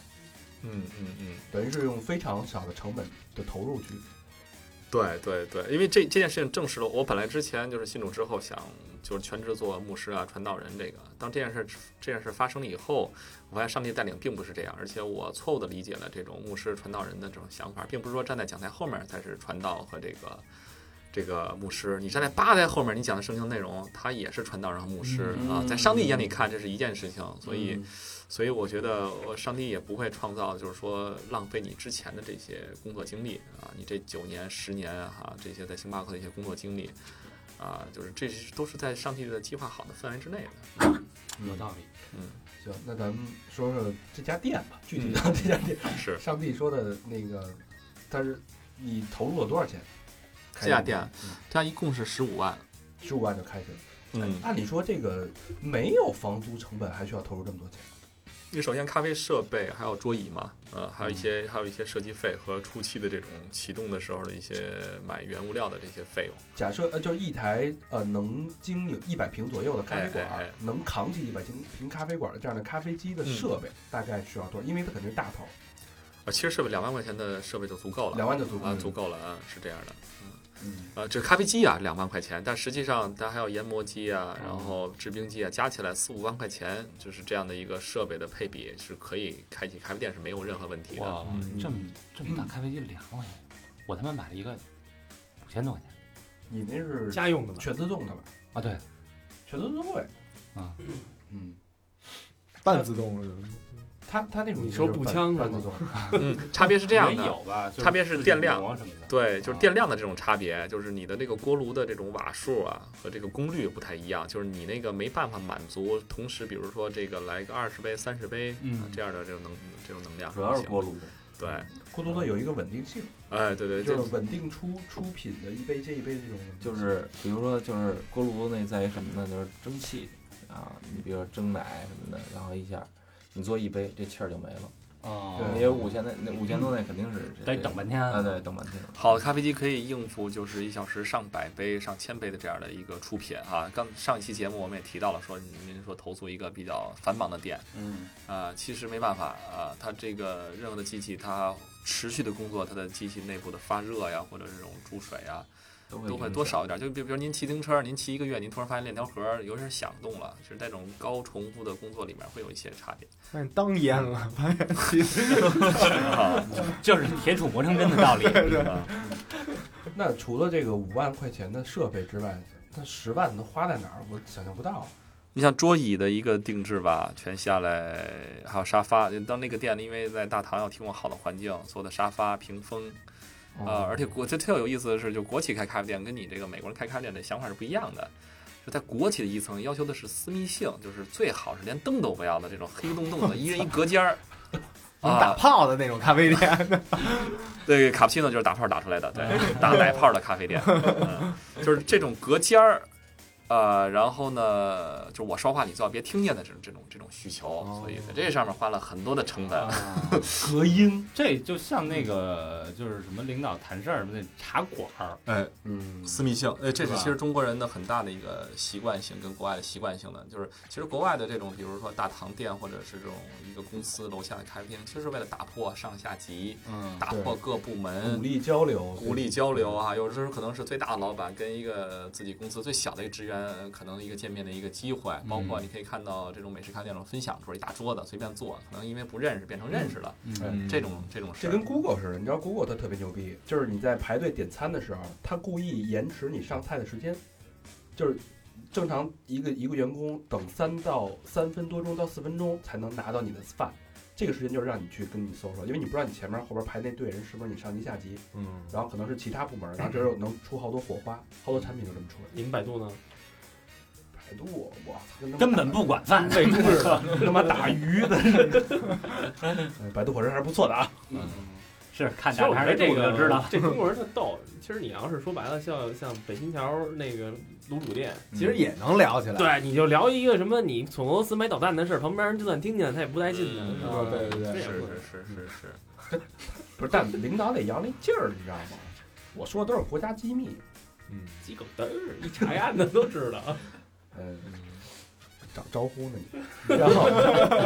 S8: 嗯嗯嗯，
S4: 等于是用非常小的成本的投入去，
S8: 对对对，因为这这件事情证实了我本来之前就是信主之后想就是全职做牧师啊、传道人这个，当这件事这件事发生了以后，我发现上帝带领并不是这样，而且我错误的理解了这种牧师、传道人的这种想法，并不是说站在讲台后面才是传道和这个。这个牧师，你站在吧台后面，你讲的圣经内容，他也是传道人和牧师、啊，在上帝眼里看，这是一件事情，所以，
S4: 嗯
S8: 所以我觉得，呃上帝也不会创造，就是说浪费你之前的这些工作经历啊，你这九年、十年啊哈、这些在星巴克的一些工作经历啊，就是这是都是在上帝的计划好的范围之内的。
S6: 有道理。
S4: 行，那咱们说说这家店吧，具
S8: 嗯
S4: 体的这家店，
S8: 是
S4: 上帝说的那个，但是你投入了多少钱？
S8: 这家店，啊这样一共是十五万，
S4: 嗯十五万就开始了。
S8: 嗯，
S4: 按理说这个没有房租成本，还需要投入这么多钱？
S8: 你首先咖啡设备还有桌椅嘛，呃，还有一些还有一些设计费和初期的这种启动的时候的一些买原物料的这些费用。
S4: 假设呃，就是一台呃能经营一百平左右的咖啡馆，
S8: 哎哎哎嗯
S4: 能扛起一百平平咖啡馆的这样的咖啡机的设备，大概需要多少？因为它肯定是大头，
S8: 啊，其实设备两万块钱的设备就足够了，
S4: 两万就足够
S8: 啊，
S4: 嗯
S8: 足够了啊，是这样的。
S4: 嗯，
S8: 呃，这咖啡机啊，两万块钱，但实际上它还有研磨机啊，然后制冰机啊，加起来四五万块钱，就是这样的一个设备的配比是可以开启咖啡店是没有任何问题的。
S6: 哇，
S7: 嗯
S6: 这么这么大咖啡机两万块钱，我他妈买了一个五千多块钱
S4: 你那是
S10: 家用的吧？
S4: 全自动的吧？
S6: 啊！对，
S4: 全自动位
S6: 啊，
S4: 嗯，
S11: 半自动是吧
S4: 它它那种
S10: 你说
S4: 就是
S10: 步
S4: 半
S10: 枪啊
S4: 半自动，
S8: 嗯，差别是这样
S10: <laughs>
S6: 原
S8: 的，
S6: 有吧？就
S8: 差别是电量
S6: 自己磨什么的。
S8: 对，就是电量的这种差别，就是你的这个锅炉的这种瓦数啊和这个功率不太一样，就是你那个没办法满足，同时比如说这个来个二十杯、三十杯、
S6: 嗯
S8: 啊这样的这种能这种能量
S7: 主要是
S8: 行
S7: 锅炉。
S8: 对，
S4: 过多的有一个稳定性，
S8: 哎，对对，
S4: 就
S8: 就是
S4: 稳定出出品的一杯接一杯的这种稳定性，
S7: 就是比如说就是锅炉那在于什么呢？就是蒸汽啊，你比如说蒸奶什么的，然后一下你做一杯，这气儿就没了。
S6: 哦
S7: 因为五千那那五千多那肯定是
S6: 得等半天
S11: 嗯
S7: 啊，对，等半天。
S8: 好的咖啡机可以应付就是一小时上百杯、上千杯的这样的一个出品啊。刚上一期节目我们也提到了说，您说投诉一个比较繁忙的店，
S6: 嗯，
S8: 啊、其实没办法啊、它这个任何的机器它持续的工作，它的机器内部的发热呀，或者这种注水呀，
S7: 都
S8: 都会多少一点。就比比如您骑自行车，您骑一个月，您突然发现链条盒儿尤其是响动了，就是在这种高重复的工作里面会有一些差别。
S11: 发现当烟了，发现其实
S6: 就是铁杵磨成针的道理 <laughs>
S11: 对对
S4: 那除了这个五万块钱的设备之外，那十万能花在哪儿？我想象不到。
S8: 你像桌椅的一个定制吧，全下来，还有沙发。到那个店，因为在大堂要提供好的环境，所有的沙发、屏风，呃，
S4: 哦
S8: 而且国这特有意思的是，就国企开咖啡店跟你这个美国人开咖啡店的想法是不一样的。就在国企的一层要求的是私密性，就是最好是连灯都不要的这种黑洞
S11: <laughs>
S8: 洞的，一人一隔间儿。
S11: 能打
S8: 啊，
S11: 炮的那种咖啡店，
S8: 对，卡布奇诺就是打泡打出来的，对，打奶泡的咖啡店，嗯就是这种隔间儿，呃，然后呢，就我说话你最好别听见的这种这种这种需求，所以在这上面花了很多的成本。
S6: 隔音，这就像那个就是什么领导谈事儿什么的茶馆儿，
S8: 哎，
S6: 嗯
S8: 私密性，哎，这是
S6: 吧
S8: 其实中国人的很大的一个习惯性，跟国外的习惯性的，就是其实国外的这种，比如说大堂店或者是这种一个公司楼下的咖啡厅，其实是为了打破上下级，
S6: 嗯
S8: 打破各部门，
S7: 嗯
S4: 鼓励交流，
S8: 鼓励交流啊，有的时候可能是最大的老板跟一个自己公司最小的一个职员，呃可能一个见面的一个机会，包
S4: 嗯
S8: 括你可以看到这种美食咖啡店那种分享桌，一大桌子随便坐，可能因为不认识变成认识了，
S4: 嗯
S8: 这种这种事
S4: 这
S8: 儿。
S4: 跟 Google 似的，你知道 Google 它特别牛逼，就是你在排队点餐的时候，它故意延迟你上菜的时间，就是正常一个一个员工等三到三分多钟到四分钟才能拿到你的饭，这个时间就是让你去跟你搜索，因为你不知道你前面后边排那队人是不是你上级下级，
S11: 嗯，
S4: 然后可能是其他部门，然后这时候能出好多火花，好多产品就这么出来。
S10: 你们百度呢？
S4: 百度，我操，跟他
S6: 根
S4: 妈
S6: 本不管饭， <laughs>
S4: 百度似的，跟他妈打鱼的似的。 <laughs> 哎百度火车还是不错的啊。
S6: 是看
S10: 其实
S6: 大
S10: 我
S6: 还
S10: 觉
S6: 是
S10: 得
S6: 这个
S10: 这
S6: 就知道了。
S10: 这中国人特逗。其实你要是说白了，像像北新桥那个卤煮店，
S11: 其实也能聊起来。
S10: 对，你就聊一个什么你从俄罗斯买导弹的事儿，旁边人就算听见，他也不带劲的，
S8: 嗯
S10: 是吧？
S11: 啊对对对
S10: 这也
S8: 是
S10: 不
S8: 是是是是，
S4: 不是，但领导得扬那劲儿，你知道吗？我说的都是国家机密。
S11: 嗯，
S10: 鸡狗嘚儿，一查一案的都知道。
S4: 嗯，招招呼呢你。然后，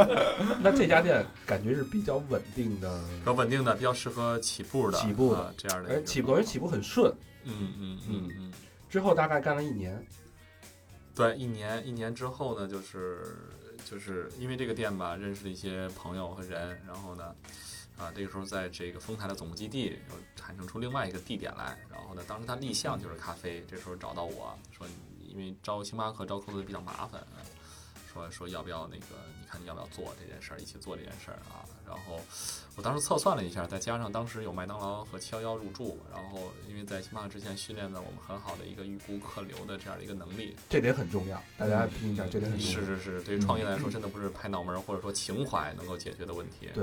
S4: <laughs> 那这家店感觉是比较稳定的，
S8: 比较稳定的，比较适合起步的
S4: 起步的
S8: 啊这样的一
S4: 而
S8: 个
S4: 起步而且起步很顺。
S8: 嗯嗯嗯嗯，
S4: 之后大概干了一年，
S8: 对，一年一年之后呢，就是就是因为这个店吧，认识了一些朋友和人，然后呢，啊，这个时候在这个丰台的总部基地又产生出另外一个地点来，然后呢，当时他立项就是咖啡，这时候找到我说，因为招星巴克招扣子比较麻烦，啊说说要不要那个，你看你要不要做这件事儿，一起做这件事儿啊，然后。我当时测算了一下，再加上当时有麦当劳和七幺幺入驻，然后因为在星巴克之前训练了我们很好的一个预估客流的这样的一个能力，
S4: 这点很重要，大家听一下，这点很重要。嗯
S7: 嗯
S8: 是是是，对于创业来说，真的不是拍脑门儿或者说情怀能够解决的问题。
S4: 对。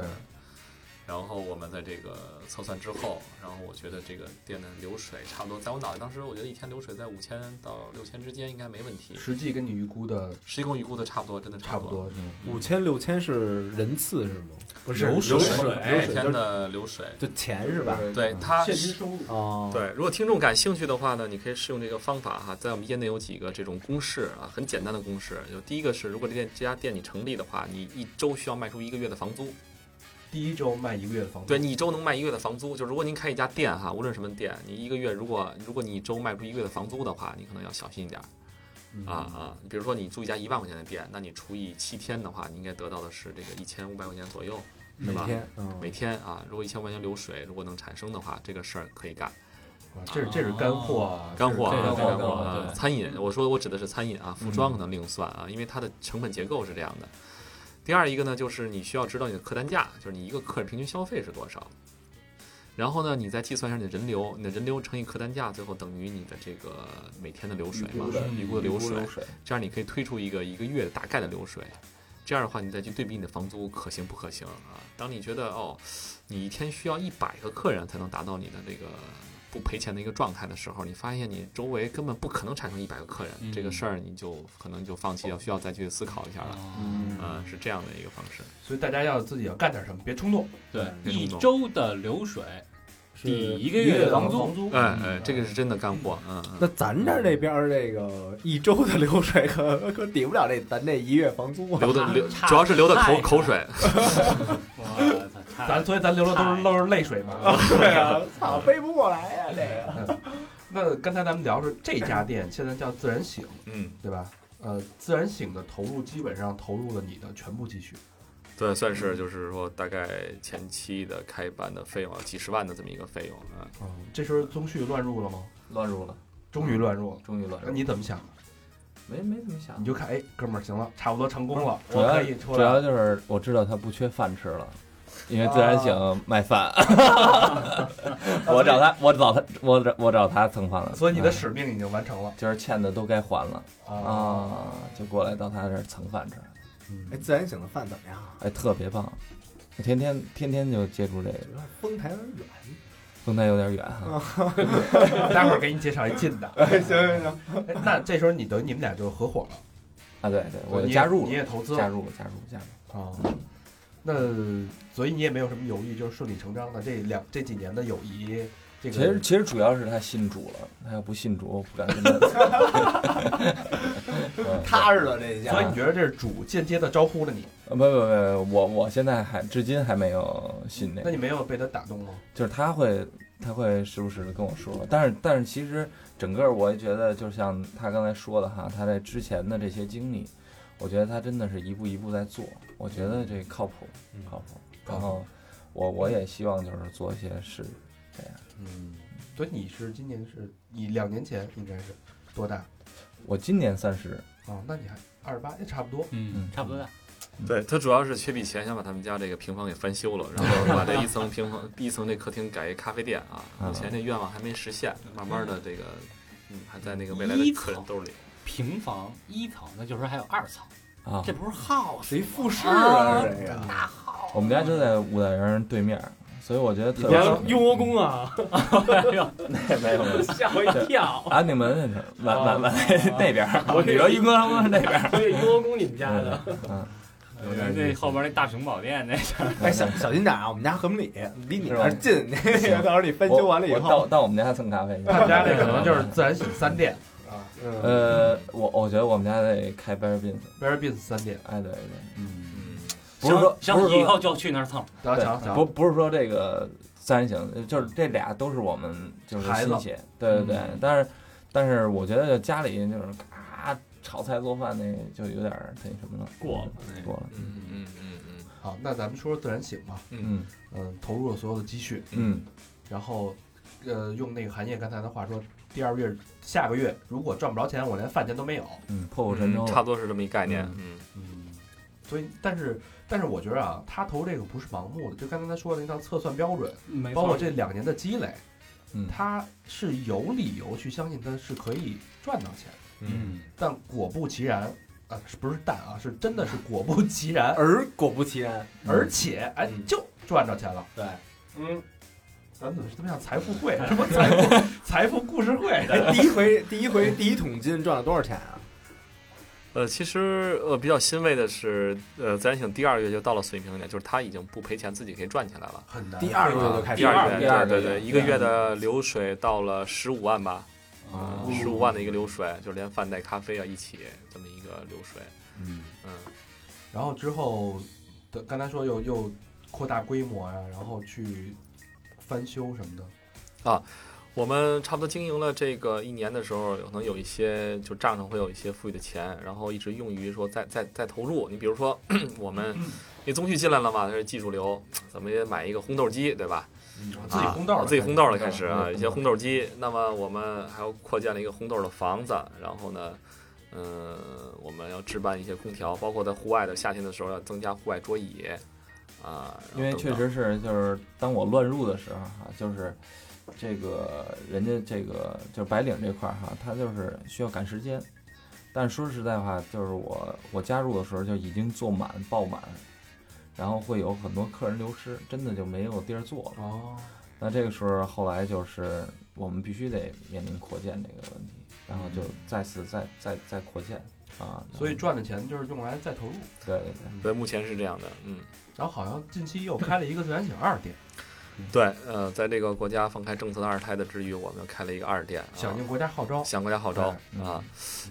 S8: 然后我们在这个测算之后，然后我觉得这个店的流水差不多，在我脑袋当时，我觉得一天流水在五千到六千之间应该没问题。
S4: 实际跟你预估的
S8: 实际跟我预估的差不多，真的
S4: 差不
S8: 不
S4: 多。
S11: 五千六千是人次是吗？ <laughs> 不是
S8: 流
S11: 水，
S8: 每
S11: 流
S8: 天
S11: 水
S8: 的流水，
S11: 就钱是吧？
S8: 对
S4: 嗯
S8: 它现金
S4: 收入
S11: 哦，
S8: 对，如果听众感兴趣的话呢，你可以试用这个方法哈，在我们业内有几个这种公式啊，很简单的公式。就第一个是，如果这店这家店你成立的话，你一周需要卖出一个月的房租。
S4: 第一周卖一个月的房租，
S8: 对你一周能卖一个月的房租，就如果您开一家店哈，无论什么店，你一个月如果如果你一周卖不出一个月的房租的话，你可能要小心一点儿。
S11: 嗯
S8: 啊啊，比如说你租一家一万块钱的店，那你除以七天的话，你应该得到的是这个一千五百块钱左右，是
S11: 每
S8: 吧
S11: 天嗯
S8: 每天啊，如果一千块钱流水如果能产生的话，这个事儿可以干。
S4: 哇这是这是干货啊，
S8: 干货
S4: 这
S8: 啊，
S4: 是
S8: 这
S4: 干
S8: 干
S4: 货嗯
S8: 货
S4: 啊
S8: 啊！餐饮，我说我指的是餐饮啊，服装可能另算啊，因为它的成本结构是这样的。第二一个呢，就是你需要知道你的客单价，就是你一个客人平均消费是多少。然后呢，你再计算一下你的人流，你的人流乘以客单价，最后等于你的这个每天的流水嘛
S7: 预估的，
S8: 预估的流
S7: 预估
S8: 水
S7: 流水。
S8: 这样你可以推出一个一个月大概的流水。这样的话，你再去对比你的房租可行不可行啊？当你觉得哦，你一天需要一百个客人才能达到你的这个不赔钱的一个状态的时候，你发现你周围根本不可能产生一百个客人，
S6: 嗯
S8: 这个事儿你就可能就放弃，要需要再去思考一下了。
S6: 嗯
S8: 呃，是这样的一个方式。
S4: 所以大家要自己要干点什么，别冲动。
S6: 对，
S8: 别
S6: 一
S8: 冲动
S6: 周的流水
S11: 是
S6: 抵
S11: 一
S6: 一个
S11: 个
S6: 月
S11: 月
S6: 的
S11: 的
S6: 房
S11: 房
S6: 租，
S8: 哎哎，这个是真的干货，嗯嗯。
S11: 那咱这儿这边儿这个一周的流水可 <laughs> 可抵不了这咱这一月房租啊，
S8: 流的流，主要是流的口口水。
S11: <laughs>
S8: 哎
S4: 咱所以咱流的都是都是泪水嘛。
S8: <laughs>
S11: 对啊，操，背不过来呀、啊这个。
S4: 那刚才咱们聊是这家店现在叫自然醒，
S8: 嗯，
S4: 对吧？呃，自然醒的投入基本上投入了你的全部积蓄，
S8: 对，算是就是说大概前期的开办的费用啊，几十万的这么一个费用啊。
S4: 嗯，这时候宗旭乱入了吗？
S7: 乱入了，
S4: 终
S7: 嗯
S4: 于乱入了，
S7: 终于乱入了
S4: 那你怎么想的？
S7: 没没怎么想
S4: 你就看，哎，哥们儿，行了，差不多成功了，
S7: 主
S4: 我
S7: 要
S4: 可以出
S7: 主
S4: 来
S7: 要
S4: 了。
S7: 就是我知道他不缺饭吃了，因为自然醒卖饭。
S11: 啊
S7: <laughs> 我找他，我找他，我找我找他蹭饭了。
S4: 所以你的
S7: 嗯
S4: 使命已经完成了。
S7: 就是欠的都该还了
S4: 啊
S7: 就过来到他这儿蹭饭吃，
S11: 哎，自然醒的饭怎么样？
S7: 哎，特别棒。我天天天天就接触这个，
S11: 丰台有点啊远。
S7: 丰台有点远哈。
S4: 待会儿给你介绍一
S7: <laughs>
S4: 近的。
S11: 哎行行行。
S4: 哎那这时候你等于你们俩就合伙了。
S7: 啊，对对，我
S4: 你
S7: 就
S4: 也
S7: 加入了，
S4: 你也投资了
S7: 加入了，加入了，加入了。
S4: 啊，那所以你也没有什么犹豫，就是顺理成章的。这两这几年的友谊，这个
S7: 其实其实主要是他信主了，他要不信主，我不敢跟他
S11: 踏实了这一下
S4: 所以你觉得这是主间接的招呼了你？
S7: 呃不不不，我我现在还至今还没有信那
S4: 那
S7: 个，
S4: 你没有被他打动吗？
S7: 就是他会他会时不时的跟我说，但是但是其实整个我也觉得，就像他刚才说的哈，他在之前的这些经历，我觉得他真的是一步一步在做，我觉得这靠谱靠谱。然后我我也希望就是做一些事这样。
S4: 嗯，所以你是今年是你两年前应该是多大？
S7: 我今年三十，
S4: 哦，那你还二十八，也差不多。
S6: 嗯，差不多大。
S8: 对他主要是缺笔钱，想把他们家这个平房给翻修了，然后把这一层平房、 <laughs> 一层这客厅改一咖啡店啊。目前这愿望还没实现，慢慢的这个，嗯，还在那个未来的客人兜里。
S6: 平房一层，那就是说还有二层
S7: 啊
S6: 这不是 house
S11: 谁复式
S6: 啊
S11: 这个
S6: 大
S7: 我们家就在五代园对面儿，所以我觉得特
S10: 你
S7: 别
S10: 家雍和宫啊？
S6: 哎
S7: 没有没有
S10: <laughs> 吓我一跳。
S7: 安定门那边儿，晚晚晚那边儿，
S10: 我
S7: 我比如一哥他们那边儿。
S10: 对，雍和宫你们家的。
S7: 嗯，
S11: 有点意思
S6: 那后边那大雄宝殿那事儿，
S11: <laughs> 哎，小小心点啊！我们家和睦里离你
S7: 是
S11: 那
S7: 吧
S11: 儿
S7: <laughs>
S11: 近，那个 <laughs> 到时候你翻修完了以
S7: 我我到
S11: 后，
S7: 到我们家蹭咖
S11: <laughs>
S7: 啡去。
S4: 他们家嗯这可能就是自然醒三店啊，
S7: 呃，我我觉得我们家得开 Bear Beans。
S4: ，Bear Beans 三店。
S7: 哎，对对，
S4: 嗯，
S7: 不是说
S6: 行
S7: 不是
S6: 行以后
S7: 说
S6: 就去那儿蹭。
S4: 行行
S7: 对
S4: 行，
S7: 不不是说这个三型，就是这俩都是我们就是
S4: 孩子
S7: 亲戚，对对对。
S11: 嗯
S7: 但是但是我觉得家里就是嘎炒菜做饭那个就有点儿那什么了，
S6: 过了那个
S7: 过了。
S8: 嗯嗯嗯嗯
S4: 好，那咱们说说自然醒吧。
S7: 嗯
S4: 嗯，投入了所有的积蓄，
S7: 嗯，
S4: 然后，呃，用那个韩烨刚才的话说，第二月下个月如果赚不着钱，我连饭钱都没有。
S7: 嗯，破釜沉舟
S8: 嗯
S7: 了，
S8: 差不多是这么一概念。嗯
S4: 嗯，所以，但是，但是我觉得啊，他投这个不是盲目的，就刚才他说的那套测算标准，
S6: 没
S4: 包
S6: 错
S4: 括这两年的积累，
S7: 嗯
S4: 他是有理由去相信他是可以赚到钱。
S6: 嗯，
S4: 但果不其然，啊，是不是但啊，是真的是果不其然，
S10: 嗯
S11: 而果不其然，
S4: 而且哎，就赚着钱了。
S11: 对，
S4: 嗯，咱怎么这么像财富 <laughs> 会？什么财富财富故事会？
S11: 哎，第一回第一回第一桶金赚了多少钱啊？
S8: 呃，其实呃比较欣慰的是，呃，自然醒第二月就到了水平点，就是他已经不赔钱，自己可以赚钱来了。
S4: 很难。
S11: 第二个月就开始
S8: 第二月，
S7: 第二
S8: 对
S7: 个
S8: 对
S7: 月
S8: 对，一个月的流水到了十五万吧，呃十五万的一个流水，就连饭带咖啡啊一起这么一个流水，
S4: 嗯，
S8: 嗯，
S4: 然后之后的刚才说又又扩大规模呀、然后去翻修什么的。
S8: 我们差不多经营了这个一年的时候，可能有一些就账上会有一些富裕的钱，然后一直用于说再再再投入。你比如说 <coughs> 我们那宗旭进来了嘛，他是技术流，怎么也买一个烘豆机，对吧？
S4: 自己烘豆
S8: 啊
S4: 了，
S8: 自己烘豆了开始啊，
S7: 嗯
S8: 一些烘豆机。那么我们还要扩建了一个烘豆的房子，然后呢，嗯，我们要置办一些空调，包括在户外的夏天的时候要增加户外桌椅啊。然后
S7: 因为
S8: 等
S7: 确
S8: 等
S7: 实是，就是当我乱入的时候哈、就是这个人家这个就是白领这块儿、哈，他就是需要赶时间。但是说实在话，就是我我加入的时候就已经坐满爆满，然后会有很多客人流失，真的就没有地儿坐了。
S4: 哦，
S7: 那这个时候后来就是我们必须得面临扩建这个问题，然后就
S8: 嗯
S7: 再次再再再扩建啊。
S4: 所以赚的钱就是用来再投入。
S7: 对对对。
S8: 对，目前是这样的，嗯。
S4: 然后好像近期又开了一个自然醒二店，
S8: 对，呃，在这个国家放开政策的二胎的之余，我们又开了一个二店，啊
S4: 响应国家号召
S8: 响国家号召
S4: 对
S8: 啊，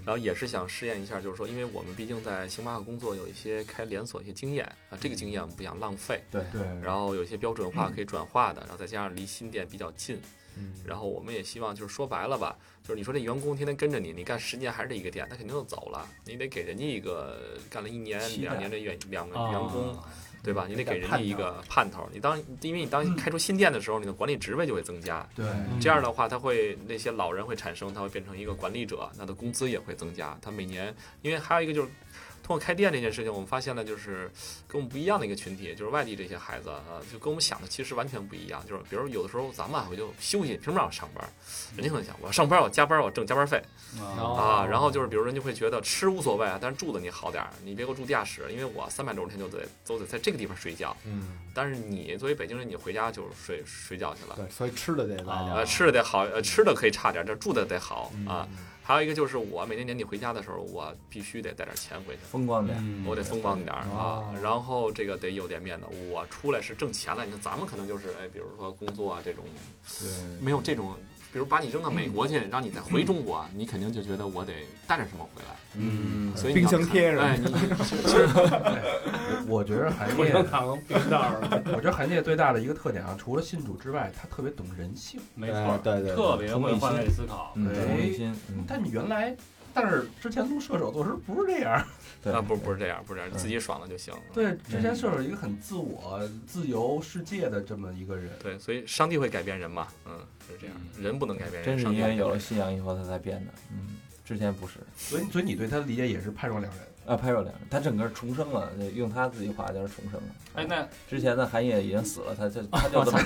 S8: 然后也是想试验一下，就是说，因为我们毕竟在星巴克工作，有一些开连锁一些经验啊，这个经验我们不想浪费，
S7: 对
S4: 对
S8: 然后有一些标准化可以转化的，然后再加上离新店比较近，
S7: 嗯
S8: 然后我们也希望就是说白了吧，就是你说这员工天天跟着你，你干十年还是这一个店，他肯定就走了，你得给人家一个干了一年
S7: 期待
S8: 两年的员两个
S7: 啊
S8: 员工。对吧？你得给人家一
S7: 有点嗯
S8: 个盼头。你当因为你当开出新店的时候，你的管理职位就会增加。
S4: 对
S8: 这样的话，他会那些老人会产生，他会变成一个管理者，他的工资也会增加。他每年，因为还有一个就是。通过开店这件事情，我们发现了就是跟我们不一样的一个群体，就是外地这些孩子啊，就跟我们想的其实完全不一样。就是比如有的时候咱们啊，我就休息，凭什么让我上班？人家可能想我上班我加班我挣加班费
S6: 哦
S8: 啊，然后就是比如人就会觉得吃无所谓啊，但是住的你好点儿，你别给我住地下室，因为我三百六十天就得都得在这个地方睡觉。
S11: 嗯，
S8: 但是你作为北京人，你回家就睡睡觉去了。
S11: 对，所以吃的得来点
S8: 呃，
S11: 儿，嗯
S8: 吃的得好，呃，吃的可以差点，但住的得好啊。还有一个就是，我每年年底回家的时候，我必须得带点钱回去，
S7: 风光点
S8: 我得风光点儿
S4: 嗯哦
S8: 啊。然后这个得有点面子，我出来是挣钱了。你看咱们可能就是，哎，比如说工作啊这种，没有这种，比如把你扔到美国去，让你再回中国，你肯定就觉得我得带点什么回来。
S4: 嗯
S8: 所以你
S4: 冰
S8: 要
S4: 箱
S8: 看
S4: 贴是吧 <laughs>
S8: 哎，你其实
S4: 我觉得 <laughs> 韩
S10: 口
S4: 烨
S10: 香糖冰袋
S11: <laughs>
S10: 儿，
S4: 我觉得韩烨最大的一个特点啊，除了信主之外，他特别懂人性，
S6: 没错哎对对对特别会换位思考
S7: 嗯同理心
S4: 哎但你原来，但是之前录射手座时候不是这样。
S8: 啊，不不是这样，不是这样，自己爽了就行。
S4: 对，之前射手一个很自我、自由世界的这么一个人。
S8: 对，所以上帝会改变人嘛，嗯，是这样，人不能改变人，
S7: 真是
S8: 上帝
S7: 因
S8: 会改
S7: 为
S8: 变人
S7: 有了信仰以后，他才变的。嗯，之前不是。
S4: 所以，所以你对他的理解也是判若两人。
S7: 啊，拍若两人，他整个重生了，用他自己话就是重生了。
S6: 哎那
S7: 之前的韩烨已经死了，他就他
S8: <laughs>
S7: 就这么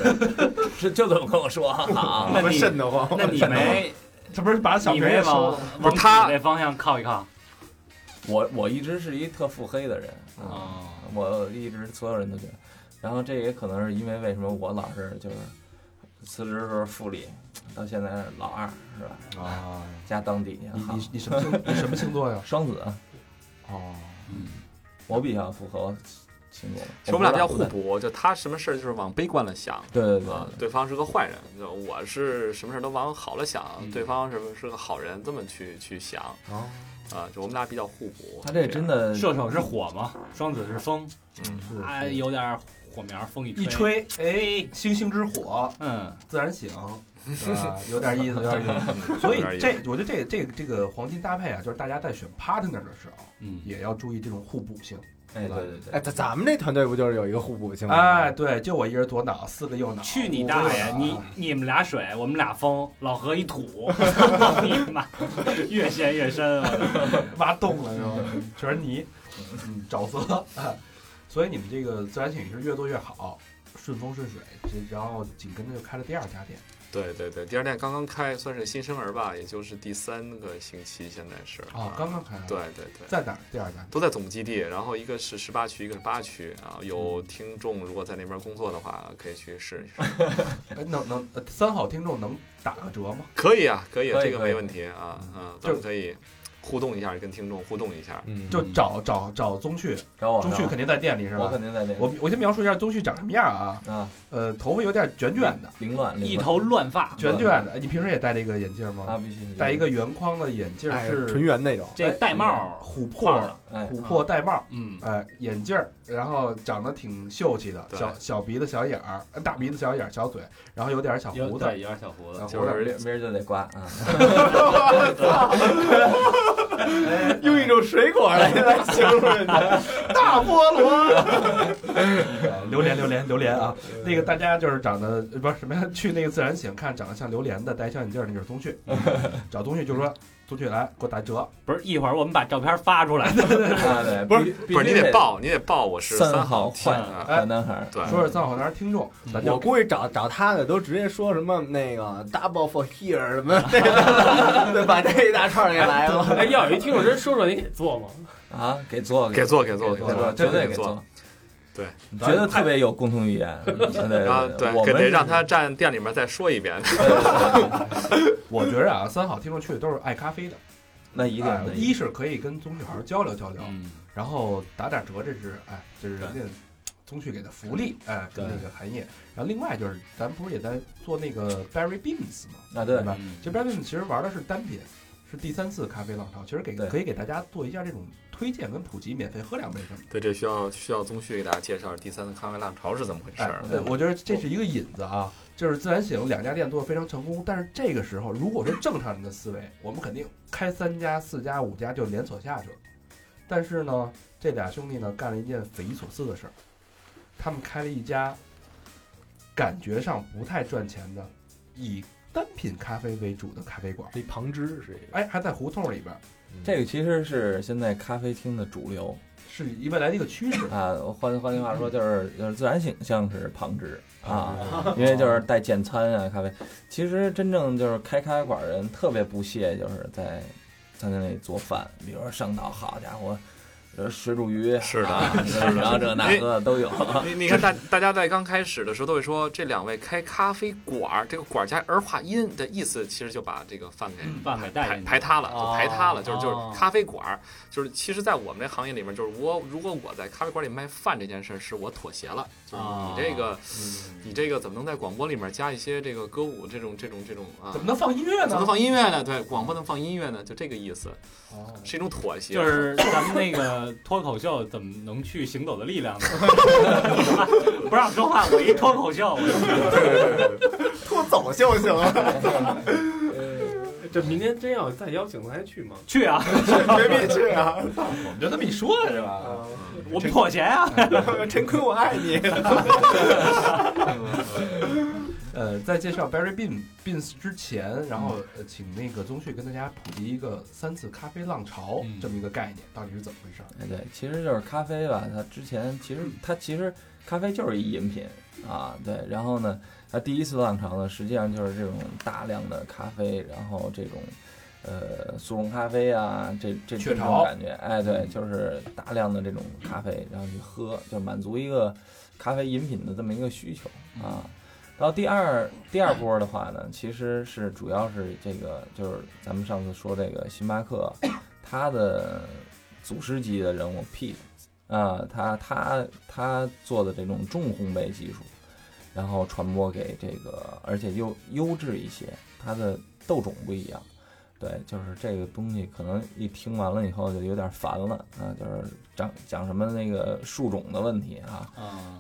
S7: 着 <laughs> 是就这么跟我说啊，
S6: 那你那你没，
S4: 这不是把
S6: 你没往往死那方向靠一靠？
S7: 我我一直是一特腹黑的人
S8: 哦
S6: 哦
S7: 啊，我一直所有人都觉得，然后这也可能是因为为什么我老是就是辞职的时候副理，到现在是老二是吧？
S8: 哦
S4: 啊，
S7: 加当底
S4: 你你你什么星你什么星座呀
S7: 双子。
S4: 哦，
S7: 嗯，我比较符合星座。
S8: 其实我们俩比较
S7: 不
S8: 互
S7: 知道
S8: 补，就他什么事儿就是往悲观了想，
S7: 对对对
S8: 啊，对方是个坏人，就我是什么事儿都往好了想，
S4: 嗯
S8: 对方什么是个好人，这么去去想，
S7: 哦
S8: 啊，就我们俩比较互补。
S7: 他这真的
S6: 射手是火嘛，双子是风，
S8: 嗯
S6: 他有点火苗，风一
S4: 一
S6: 吹
S4: 吹，哎，星星之火，
S6: 嗯，
S4: 自然醒， <laughs> 是吧有点意思，有点意 <laughs> 思。所以
S6: 有点意思
S4: 这，我觉得这这个这个黄金搭配啊，就是大家在选 partner 的时候，
S6: 嗯，
S4: 也要注意这种互补性。
S7: 哎，对对
S4: 对
S11: 哎，咱咱们这团队不就是有一个互补性吗？
S4: 哎，对，就我一人左脑，四个右脑。
S6: 去你大
S4: 啊
S6: 爷！你你们俩水，我们俩风，老何一土，你妈越陷越深了。
S4: 挖洞了是吧？全是泥，嗯，沼泽。哎 <laughs> 所以你们这个自然醒是越做越好，顺风顺水，这然后紧跟着就开了第二家店。
S8: 对对对，第二店刚刚开，算是新生儿吧，也就是第三个星期，现在是
S4: 哦
S8: 啊
S4: 刚刚开啊
S8: 对对对，
S4: 在哪儿第二家
S8: 都在总部基地，然后一个是十八区，一个是八区啊。
S4: 嗯
S8: 有听众如果在那边工作的话，可以去试 <laughs> 一试。
S4: 哎，能能呃三好听众能打个折吗？
S8: 可以啊，可以，
S4: 可以
S8: 这个
S4: 可以
S8: 没问题啊，嗯，咱们可以互动一下，跟听众互动一下。
S6: 嗯
S10: 嗯
S4: 就找找找宗旭，
S7: 找我
S4: 宗旭肯定在店里是吧？
S7: 哦我肯定在店里
S4: 我我先描述一下宗旭长什么样啊？
S7: 啊，
S4: 呃，头发有点卷卷的，
S7: 凌乱
S6: 一头乱发，
S4: 卷卷的。哎你平时也戴这个眼镜吗？
S7: 啊，必须
S4: 戴一个圆框的眼镜
S11: 哎
S4: 是
S11: 纯啊圆那种
S6: 这戴帽儿
S4: 琥珀
S6: 框儿哎
S4: 琥珀戴帽，
S6: 嗯，
S4: 哎，眼镜儿，然后长得挺秀气的，
S6: 对
S4: 小小鼻子小眼儿，呃大鼻子小眼儿小嘴，然后有点小胡子，
S6: 有对有点小胡子
S4: 小胡
S7: 就是
S4: 子
S7: 明明儿就得刮啊。
S11: <laughs> 用一种水果来
S6: 哎
S11: 来形容人家，大菠萝。
S4: 哎榴莲榴莲榴莲啊！那个大家就是长得呃不是什么呀，去那个自然醒看长得像榴莲的戴小眼镜儿，那就是宗旭，找宗旭就说宗旭来给我打折，
S6: 不是一会儿我们把照片发出来。
S7: 啊对
S4: 不是
S8: 不是你得报，你得报，我是
S7: 三
S8: 好
S7: 好坏
S8: 坏啊
S7: 坏男孩儿
S8: 对，
S4: 说是藏好男听众，咱
S11: 我
S4: 就
S11: 估计找找他的都直接说什么那个 double for here 什么，这个对，把 <laughs> 这一大串儿给来了。
S10: 哎，要有一听众真说说，你给做吗？
S7: 啊，给做
S8: 给做给做
S7: 给做
S8: 做，
S7: 绝对
S8: 给
S7: 给做。
S8: 对，
S7: 觉得特别有共同语言。对
S8: 啊，
S7: 对，
S8: 对，
S7: 我
S8: 给
S7: 们
S8: 得让他站店里面再说一遍。 <laughs>
S4: 我觉着啊，三好听众去的都是爱咖啡的，
S7: 那一定
S4: 哎
S7: 的
S4: 一是可以跟宗旭好好交流交流，然后打打折，这是哎，这是人家宗旭给的福利，哎，跟那个韩烨。然后另外就是，咱不是也在做那个 Berry Beans 吗？
S7: 啊，对
S4: 吧？这 Berry Beans 其实玩的是单品，是第三次咖啡浪潮，其实给可以给大家做一下这种推荐跟普及，免费喝两杯什么的。
S8: 对，这需要需要宗旭给大家介绍第三次咖啡浪潮是怎么回事儿嗯
S4: 哎。对，我觉得这是一个引子啊，就是自然醒两家店做的非常成功，但是这个时候如果是正常人的思维，我们肯定开三家、四家、五家就连锁下去了。但是呢，这俩兄弟呢干了一件匪夷所思的事儿，他们开了一家感觉上不太赚钱的，以单品咖啡为主的咖啡馆，
S11: 这旁支是
S4: 哎，还在胡同里边儿，
S7: 这个其实是现在咖啡厅的主流，
S4: 是一未来的一个趋势
S7: 啊。换换句话说，就是就是自然形象是旁支啊
S4: 啊，
S7: 因为就是带简餐啊，咖啡。其实真正就是开咖啡馆的人特别不屑，就是在餐厅里做饭，比如说上岛，好家伙。呃水煮鱼
S8: 是
S7: 啊
S8: 的，是的，
S7: 然后这那
S8: 因为
S7: 个都有。
S8: 你你看大大家在刚开始的时候都会说这两位开咖啡馆儿，这个馆儿加儿化音的意思，其实就把这个饭给
S6: 饭给带
S8: 排
S6: 进去
S8: 排塌了，就排塌了，
S6: 哦
S8: 就是就是咖啡馆儿，就是其实，在我们这行业里面，就是我如果我在咖啡馆里卖饭这件事，是我妥协了，就是
S6: 哦嗯
S8: 你这个你这个怎么能在广播里面加一些这个歌舞这种这种这种啊？
S4: 怎么能放音乐呢
S8: 怎么能放音乐呢？对，广播能放音乐呢？就这个意思，是一种妥
S6: 哦
S8: 协，
S6: 就是咱们那个脱口秀怎么能去行走的力量呢？不让说话，我一脱口秀，
S11: 脱走就行
S6: <laughs>
S11: 了。
S10: 这明天真要再邀请，咱还去吗？
S6: 去啊
S11: 绝壁去啊！
S4: 我们就这么一说是吧？
S6: 我们妥协啊！
S11: 陈坤，我爱你。
S4: 呃，在介绍 Barry Bean
S11: 嗯
S4: Beans 之前，然后呃请那个宗旭跟大家普及一个三次咖啡浪潮
S11: 嗯
S4: 这么一个概念，到底是怎么回事儿？
S7: 哎，对，其实就是咖啡吧。它之前其实它其实咖啡就是一饮品啊，对。然后呢，它第一次浪潮呢，实际上就是这种大量的咖啡，然后这种呃速溶咖啡啊，这这
S4: 雀
S7: 这
S4: 巢嗯
S7: 种感觉，哎，对，就是大量的这种咖啡，然后去喝，就是满足一个咖啡饮品的这么一个需求啊。然后第二第二波的话呢，其实是主要是这个，就是咱们上次说这个星巴克，它的祖师级的人物 P，啊，他他他做的这种重烘焙技术，然后传播给这个，而且又优质一些，它的豆种不一样。对，就是这个东西，可能一听完了以后就有点烦了啊，就是讲讲什么那个树种的问题啊，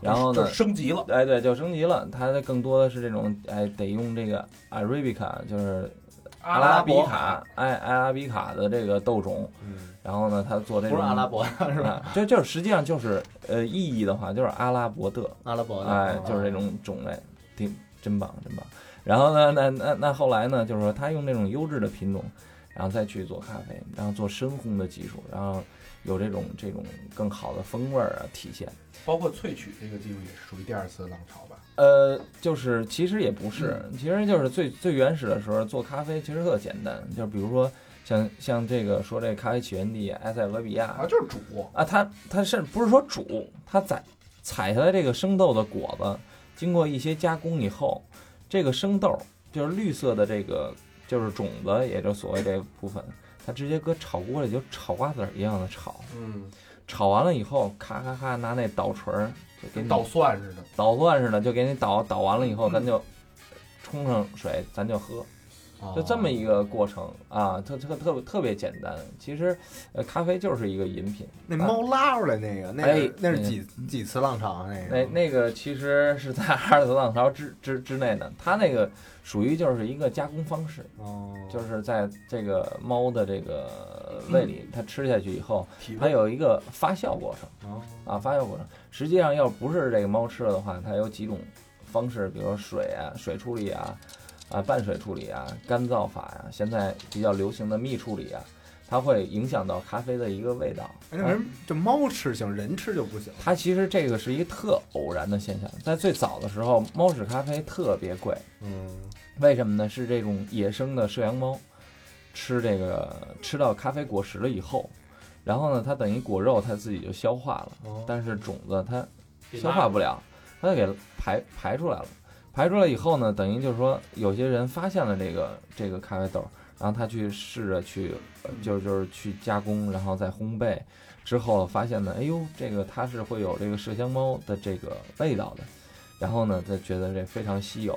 S7: 然后呢
S4: 就是升级了，
S7: 哎，对，就升级了，它的更多的是这种，哎，得用这个 Arabica，就是
S4: 阿拉
S7: 拉
S4: 伯
S7: 卡，哎，阿拉比卡的这个豆种，然后呢，它做这种
S11: 不是阿拉伯的是吧
S7: 啊就就是实际上就是呃，意义的话就是阿拉伯的，
S11: 阿拉伯的
S7: 哎
S11: 哦，
S7: 就是这种种类，挺真棒，真棒。然后呢，那那那后来呢，就是说他用这种优质的品种，然后再去做咖啡，然后做深烘的技术，然后有这种这种更好的风味儿啊体现。
S4: 包括萃取这个技术也是属于第二次浪潮吧？
S7: 呃，就是其实也不是，
S11: 嗯
S7: 其实就是最最原始的时候做咖啡其实特简单，就比如说像像这个说这咖啡起源地埃塞俄比亚
S11: 哦
S7: 啊，
S4: 就是煮
S7: 啊，它它甚至不是说煮，它采采下来这个生豆的果子，经过一些加工以后，这个生豆就是绿色的这个就是种子，也就所谓这部分，它直接搁炒锅里就炒瓜子儿一样的炒，
S4: 嗯，
S7: 炒完了以后，咔咔咔拿那捣锤儿就给你
S4: 捣蒜似的，
S7: 捣蒜似的就给你捣捣完了以后，咱就冲上水，咱就喝，
S4: 哦啊
S7: 就这么一个过程啊，特特特特别简单。其实，呃，咖啡就是一个饮品。
S11: 那
S7: 啊
S11: 猫拉出来那个，那
S7: 哎
S11: 个那是
S7: 那个
S11: 几几次浪潮啊？那个
S7: 那那个其实是在阿尔特浪潮之之之内的，它那个属于就是一个加工方式，
S11: 哦，
S7: 就是在这个猫的这个胃里，它吃下去以后
S11: 体，味
S7: 它有一个发酵过程，
S11: 哦
S7: 啊，发酵过程。实际上，要不是这个猫吃了的话，它有几种方式，比如说水啊、水处理啊、啊半水处理啊、干燥法呀、现在比较流行的蜜处理啊，它会影响到咖啡的一个味道。
S11: 哎那人这猫吃行，人吃就不行。
S7: 它其实这个是一个特偶然的现象，在最早的时候，猫屎咖啡特别贵，
S11: 嗯，
S7: 为什么呢？是这种野生的麝羊猫吃这个吃到咖啡果实
S11: 哦
S7: 了以后，然后呢，它等于果肉它自己就消化了，但是种子它消化不了，他就给排排出来了。排出来以后呢，等于就是说，有些人发现了这个这个咖啡豆，然后他去试着去，呃就是就是去加工，然后再烘焙，之后发现呢，哎呦，这个它是会有这个麝香猫的这个味道的，然后呢，他觉得这非常稀有。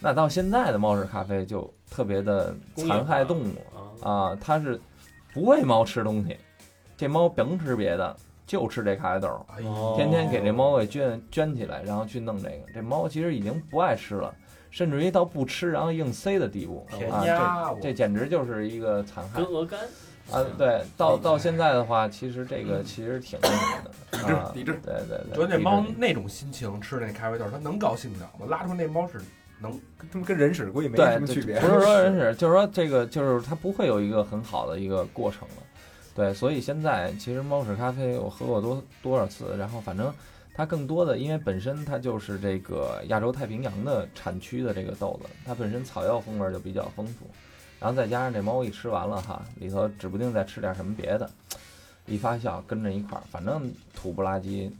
S7: 那到现在的猫屎咖啡就特别的残害动物啊，它是不喂猫吃东西，这猫甭吃别的，就吃这咖啡豆儿，
S4: 哎
S11: 哎
S7: 天
S10: 哦
S7: 天给这猫给圈圈起来，然后去弄这个。这猫其实已经不爱吃了，甚至于到不吃然后硬塞的地步
S10: 填
S7: 啊，
S10: 鸭我
S7: 这这简直就是一个残害
S10: 跟。鹅肝
S7: 啊，对，到到现在的话，其实这个其实挺那什么的，啊，
S4: 抵制
S7: 对对对，
S4: 主要那
S7: 抵制
S4: 猫那种心情吃那咖啡豆，它能高兴得了吗？拉出那猫屎能
S11: 跟他们跟人屎估计没
S7: 对
S11: 什么
S7: 对
S11: 区别，
S7: 不是说人屎，就是说这个就是它不会有一个很好的一个过程了。对，所以现在其实猫屎咖啡我喝过多多少次，然后反正它更多的因为本身它就是这个亚洲太平洋的产区的这个豆子，它本身草药风味就比较丰富，然后再加上这猫一吃完了哈，里头指不定再吃点什么别的，一发酵跟着一块儿，反正土不拉几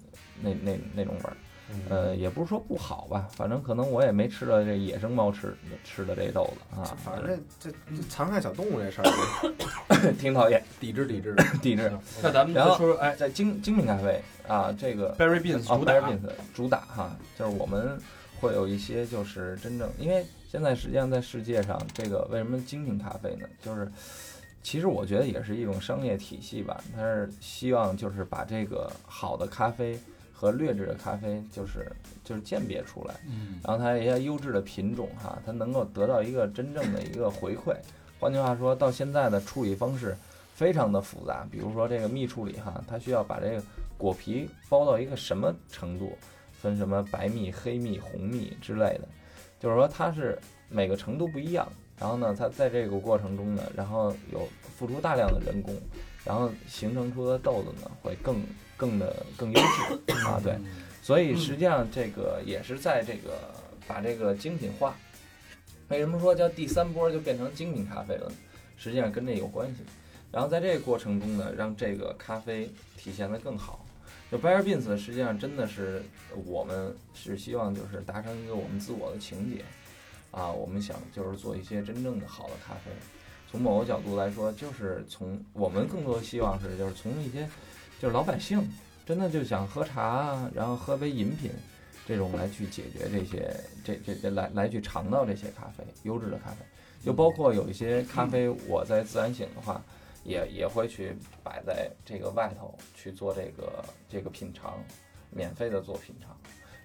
S7: 那那那种味儿。
S11: 嗯
S7: 呃，也不是说不好吧，反正可能我也没吃到这野生猫吃吃的这豆
S11: <laughs>
S7: 子啊，
S11: 反正这这这残害小动物这
S5: <coughs>
S11: 事儿，
S7: 挺讨厌，
S11: 抵制抵制
S7: <laughs> 抵制。
S4: 那咱们再
S7: 然后
S4: 说说，哎，
S7: 在精精品咖啡啊，这个
S4: Berry Beans
S7: 啊
S4: 主打
S7: Berry Beans 主打哈，就是我们会有一些就是真正，因为现在实际上在世界上，这个为什么精品咖啡呢？就是其实我觉得也是一种商业体系吧，它是希望就是把这个好的咖啡和劣质的咖啡就是就是鉴别出来，
S6: 嗯
S7: 然后它一些优质的品种哈，它能够得到一个真正的一个回馈。换句话说，到现在的处理方式非常的复杂，比如说这个蜜处理哈，它需要把这个果皮包到一个什么程度，分什么白蜜、黑蜜、红蜜之类的，就是说它是每个程度不一样。然后呢，它在这个过程中呢，然后有付出大量的人工，然后形成出的豆子呢会更更的更优质啊，对。所以实际上这个也是在这个把这个精品化。为什么说叫第三波就变成精品咖啡了呢？实际上跟这有关系。然后在这个过程中呢，让这个咖啡体现得更好。就 Bear Beans 实际上真的是我们是希望就是达成一个我们自我的情节啊，我们想就是做一些真正的好的咖啡。从某个角度来说，就是从我们更多希望是就是从一些就是老百姓真的就想喝茶啊，然后喝杯饮品这种来去解决这些这这这来来去尝到这些咖啡优质的咖啡，就包括有一些咖啡
S4: 嗯
S7: 我在自然醒的话，也也会去摆在这个外头去做这个这个品尝，免费的做品尝。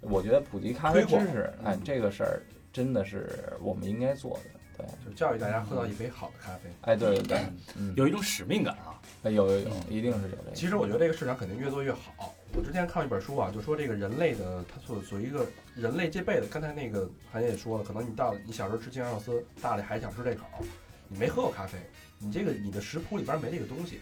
S7: 我觉得普及咖啡
S4: 推
S7: 知
S4: 广
S7: 识，
S6: 嗯
S7: 哎，这个事儿真的是我们应该做的，对。
S4: 就教育大家喝到一杯好的咖啡。
S7: 哎，对对对，
S6: 嗯有一种使命感啊。
S7: 哎，有有有，一定是有这个。
S4: 其实我觉得这个市场肯定越做越好。我之前看一本书啊，就说这个人类的，它所所一个人类这辈子，刚才那个韩姐也说了，可能你到你小时候吃金刚寿司，大了还想吃这口，你没喝过咖啡，你这个你的食谱里边没这个东西。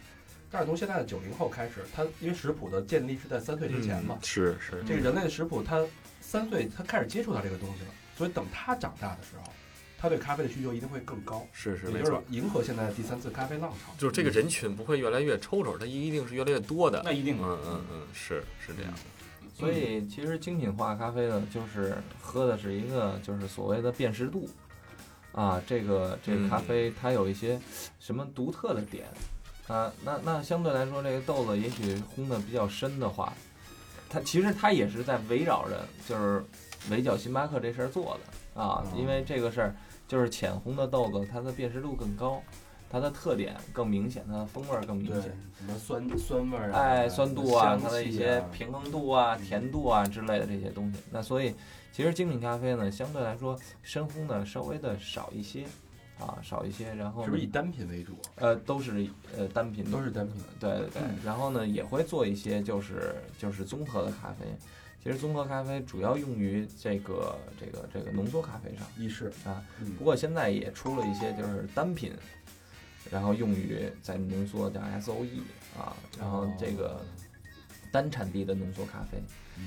S4: 但是从现在的九零后开始，它因为食谱的建立是在三岁之
S6: 嗯
S4: 前嘛，
S8: 是是
S4: 这个人类的食谱，他三岁他开始接触到这个东西了，所以等他长大的时候，他对咖啡的需求一定会更高，
S8: 是是
S4: 也
S8: 没
S4: 就是
S8: 错，
S4: 迎合现在的第三次咖啡浪潮。
S8: 就是这个人群不会越来越抽抽，它一定是越来越多的。
S6: 那一定
S8: 嗯嗯嗯，是是这样的。
S7: 所以其实精品化咖啡呢，就是喝的是一个就是所谓的辨识度，啊，这个这个
S8: 嗯
S7: 咖啡它有一些什么独特的点，啊，那那相对来说这个豆子也许烘的比较深的话，它其实它也是在围绕着就是围剿星巴克这事儿做的啊，因为这个事儿就是浅烘的豆子它的辨识度更高。它的特点更明显，它的风味儿更明
S4: 对，
S7: 显，
S4: 什么酸酸味儿啊，
S7: 哎，酸度啊，它
S4: 香
S7: 的一
S4: 气
S7: 些
S4: 啊
S7: 平衡度啊、甜度啊之类的这些东西。那所以，其实精品咖啡呢，相对来说深烘的稍微的少一些，啊，少一些。然后呢
S4: 是不是以单品为主？
S7: 呃，都是呃单品的，
S4: 都是单品
S7: 对对对
S4: 嗯。
S7: 然后呢，也会做一些就是就是综合的咖啡。其实综合咖啡主要用于这个这个这个浓缩咖啡上，
S4: 意式
S7: 啊
S4: 嗯。
S7: 不过现在也出了一些就是单品，然后用于在浓缩叫 SOE 啊，然后这个单产地的浓缩咖啡，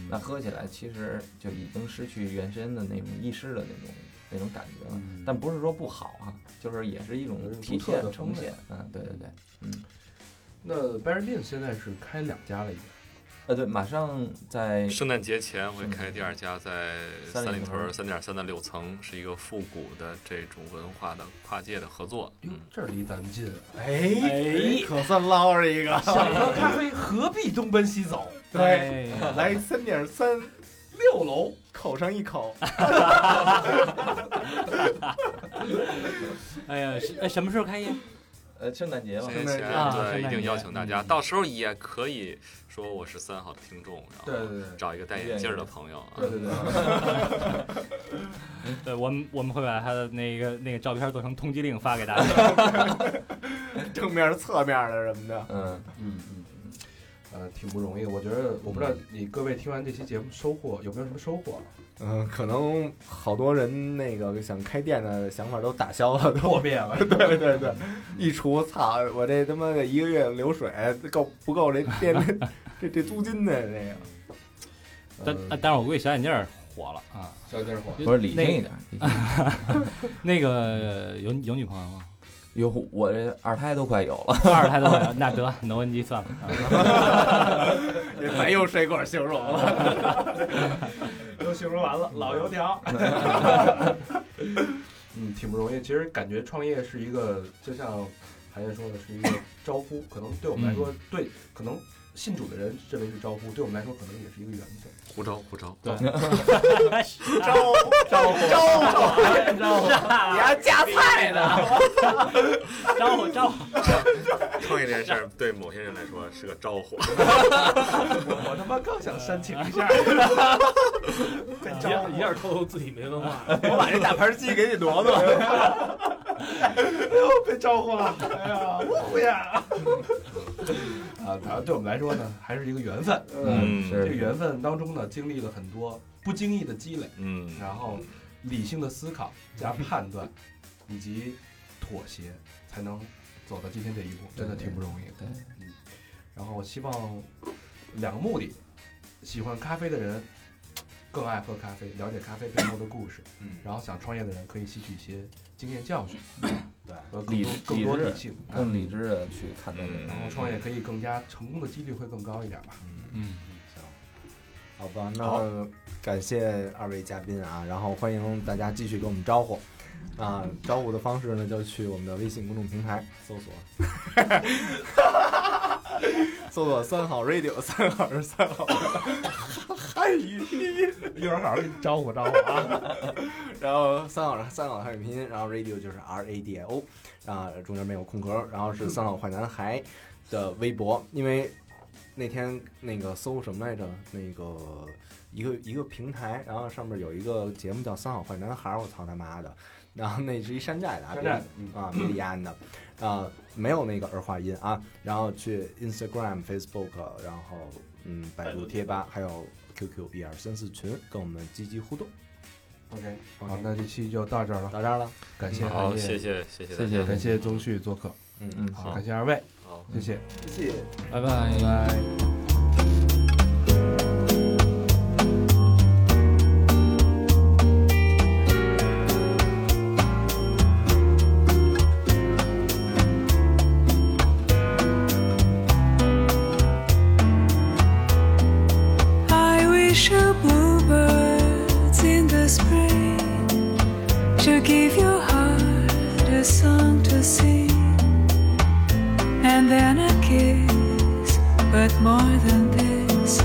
S7: 那喝起来其实就已经失去原先的那种意式的那种那种感觉了，但不是说不好啊，就是也是一种
S4: 有一种
S7: 体
S4: 独特的
S7: 现
S4: 风
S7: 呈
S4: 味
S7: 现，嗯，对对对，嗯。
S4: 那 Barry Bean 现在是开两家了，已经。
S7: 呃，对，马上在
S8: 圣诞节前我会开第二家，在
S7: 三里
S8: 三里
S7: 屯
S8: 屯三点三的六层，是一个复古的这种文化的跨界的合作。嗯，
S4: 这离咱们近，
S6: 嗯
S5: 哎，可算捞着一个。
S4: 想喝咖啡何必东奔西走？
S5: 对，来三点三
S4: 六楼
S5: 口上一口，
S6: 哎呀，是哎，什么时候开业？
S7: 呃，圣诞节嘛，
S8: 啊圣诞节对，一定邀请大家，到时候也可以说我是三好的听众，然后
S6: 对对对
S8: 找一个戴眼镜儿的朋友啊，
S6: 对对对对我们我们会把他的那个那个照片做成通缉令发给大家。
S5: 正面、侧面的什么的。
S7: 嗯
S4: 嗯嗯嗯，呃，挺不容易。我觉得，我不知道你各位听完这期节目收获有没有什么收获？
S5: 嗯，可能好多人那个想开店的想法都打消了，都
S4: 破灭了
S5: <laughs>
S4: 嗯
S5: 对对对，一除操，我这他妈的一个月流水够不够这店这这租金呢？这个。
S6: 但呃
S4: 嗯
S6: 但是我估计小眼镜儿火了啊，
S4: 呃小眼镜儿火
S7: 不是理性一点理性
S6: 那个有有女朋友吗？
S7: 有，我这二胎都快有了，
S6: 二胎都快有那得挪文机算了啊
S5: 也没用水果形容了
S4: 都形容完了，老油条。 <laughs> 嗯，挺不容易。其实感觉创业是一个，就像韩燕说的，是一个招呼。可能对我们来说，对可能信主的人认为是招呼，对我们来说可能也是一个缘分。
S8: 胡招胡招，
S4: 对
S5: 招招呼招呼
S6: 招呼，
S5: 你还夹菜呢？
S6: 招呼招呼，
S8: 创业这件事儿对某些人来说是个招呼。
S4: 我他妈刚想煽情一下，
S10: 一下一下透露自己没文化。
S5: 我把这大盘鸡给你挪挪。
S4: 哎呦，被招呼了！哎呀，呜呀！啊，反正对我们来说呢，还是一个缘分。
S7: 嗯
S4: 这
S7: 是
S4: 个缘分当中呢，经历了很多不经意的积累，
S8: 嗯，
S4: 然后理性的思考加判断，以及妥协，才能走到今天这一步，真的挺不容易。
S7: 对，
S4: 嗯。然后我希望两个目的，喜欢咖啡的人更爱喝咖啡，了解咖啡背后的故事。
S5: 嗯
S4: 然后想创业的人可以吸取一些经验教训，对，和更
S7: 理
S4: 多更多
S7: 智
S4: 理性，嗯
S7: 更理智的去看待这个。
S4: 然后创业可以更加成功的几率会更高一点吧。
S6: 嗯，
S5: 好吧，那感谢二位嘉宾啊，然后欢迎大家继续跟我们招呼。啊，招呼的方式呢，就去我们的微信公众平台搜索， <laughs> 搜索三好 radio，三好是三好，汉语拼音，
S4: 一会儿好好给你招呼招呼啊。
S5: <laughs> 然后三好三好汉语拼音，然后 radio 就是 R A D I O，啊，中间没有空格，然后是三好坏男孩的微博，因为那天那个搜什么来着？那个一个一个平台，然后上面有一个节目叫《三好坏男孩》，我操他妈的！然后那是一山寨的啊，
S4: 山寨的
S5: 别理啊，别理安的，啊，没有那个儿化音啊。然后去 Instagram、Facebook，然后嗯，百度贴吧，还有 QQ 一二三四群，跟我们积极互动。
S4: OK，好，那这期就到这儿了，
S5: 到这儿了，
S4: 感谢，
S8: 好
S4: 感
S8: 谢谢谢谢大
S4: 感
S8: 家
S4: 谢感谢宗旭做客，
S5: 嗯
S7: 嗯
S4: 好，
S8: 好
S4: 感谢二位，
S8: 好，
S4: 谢谢，
S5: 谢谢。
S6: 拜拜
S4: 拜拜。
S12: I wish you bluebirds in the spring to give your heart a song to sing and then a kiss. But more than this,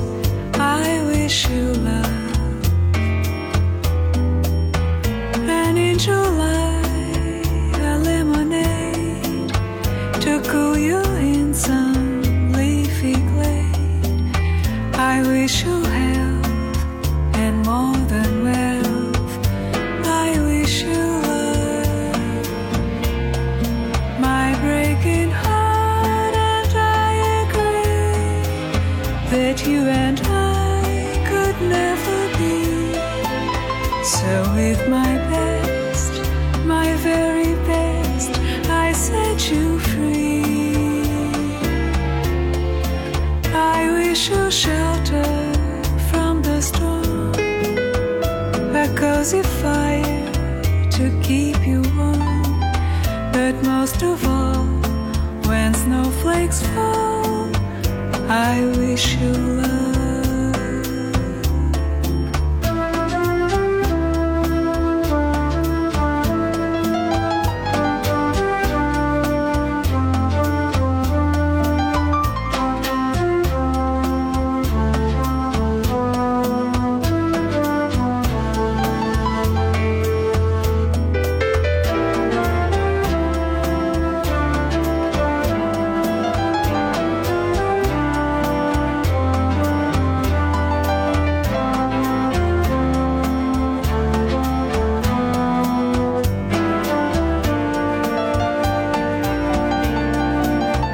S12: I wish you love. And in July, a lemonade to cool you in some leafy glade. I wish you health and more than wealth. I wish you love. My breaking heart, and I agree that you and I could never be. So, with my best, my very best, I set you free. I wish you shelter from the storm, a cozy fire to keep you warm. But most of all, when snowflakes fall,
S10: I wish you love.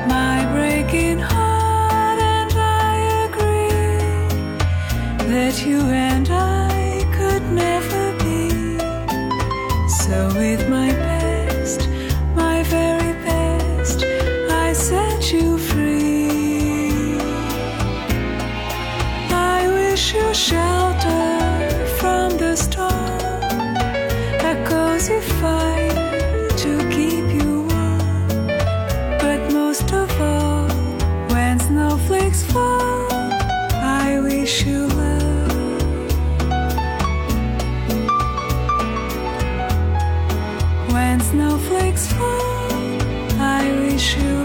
S10: My breaking heart, and I agree that you and I could never be. So, with my best, my very best, I set you free. I wish you shelter from the storm, a cozy fire to keep you warm. But most of all, when snowflakes fall, I wish you love. When snowflakes fall, I wish you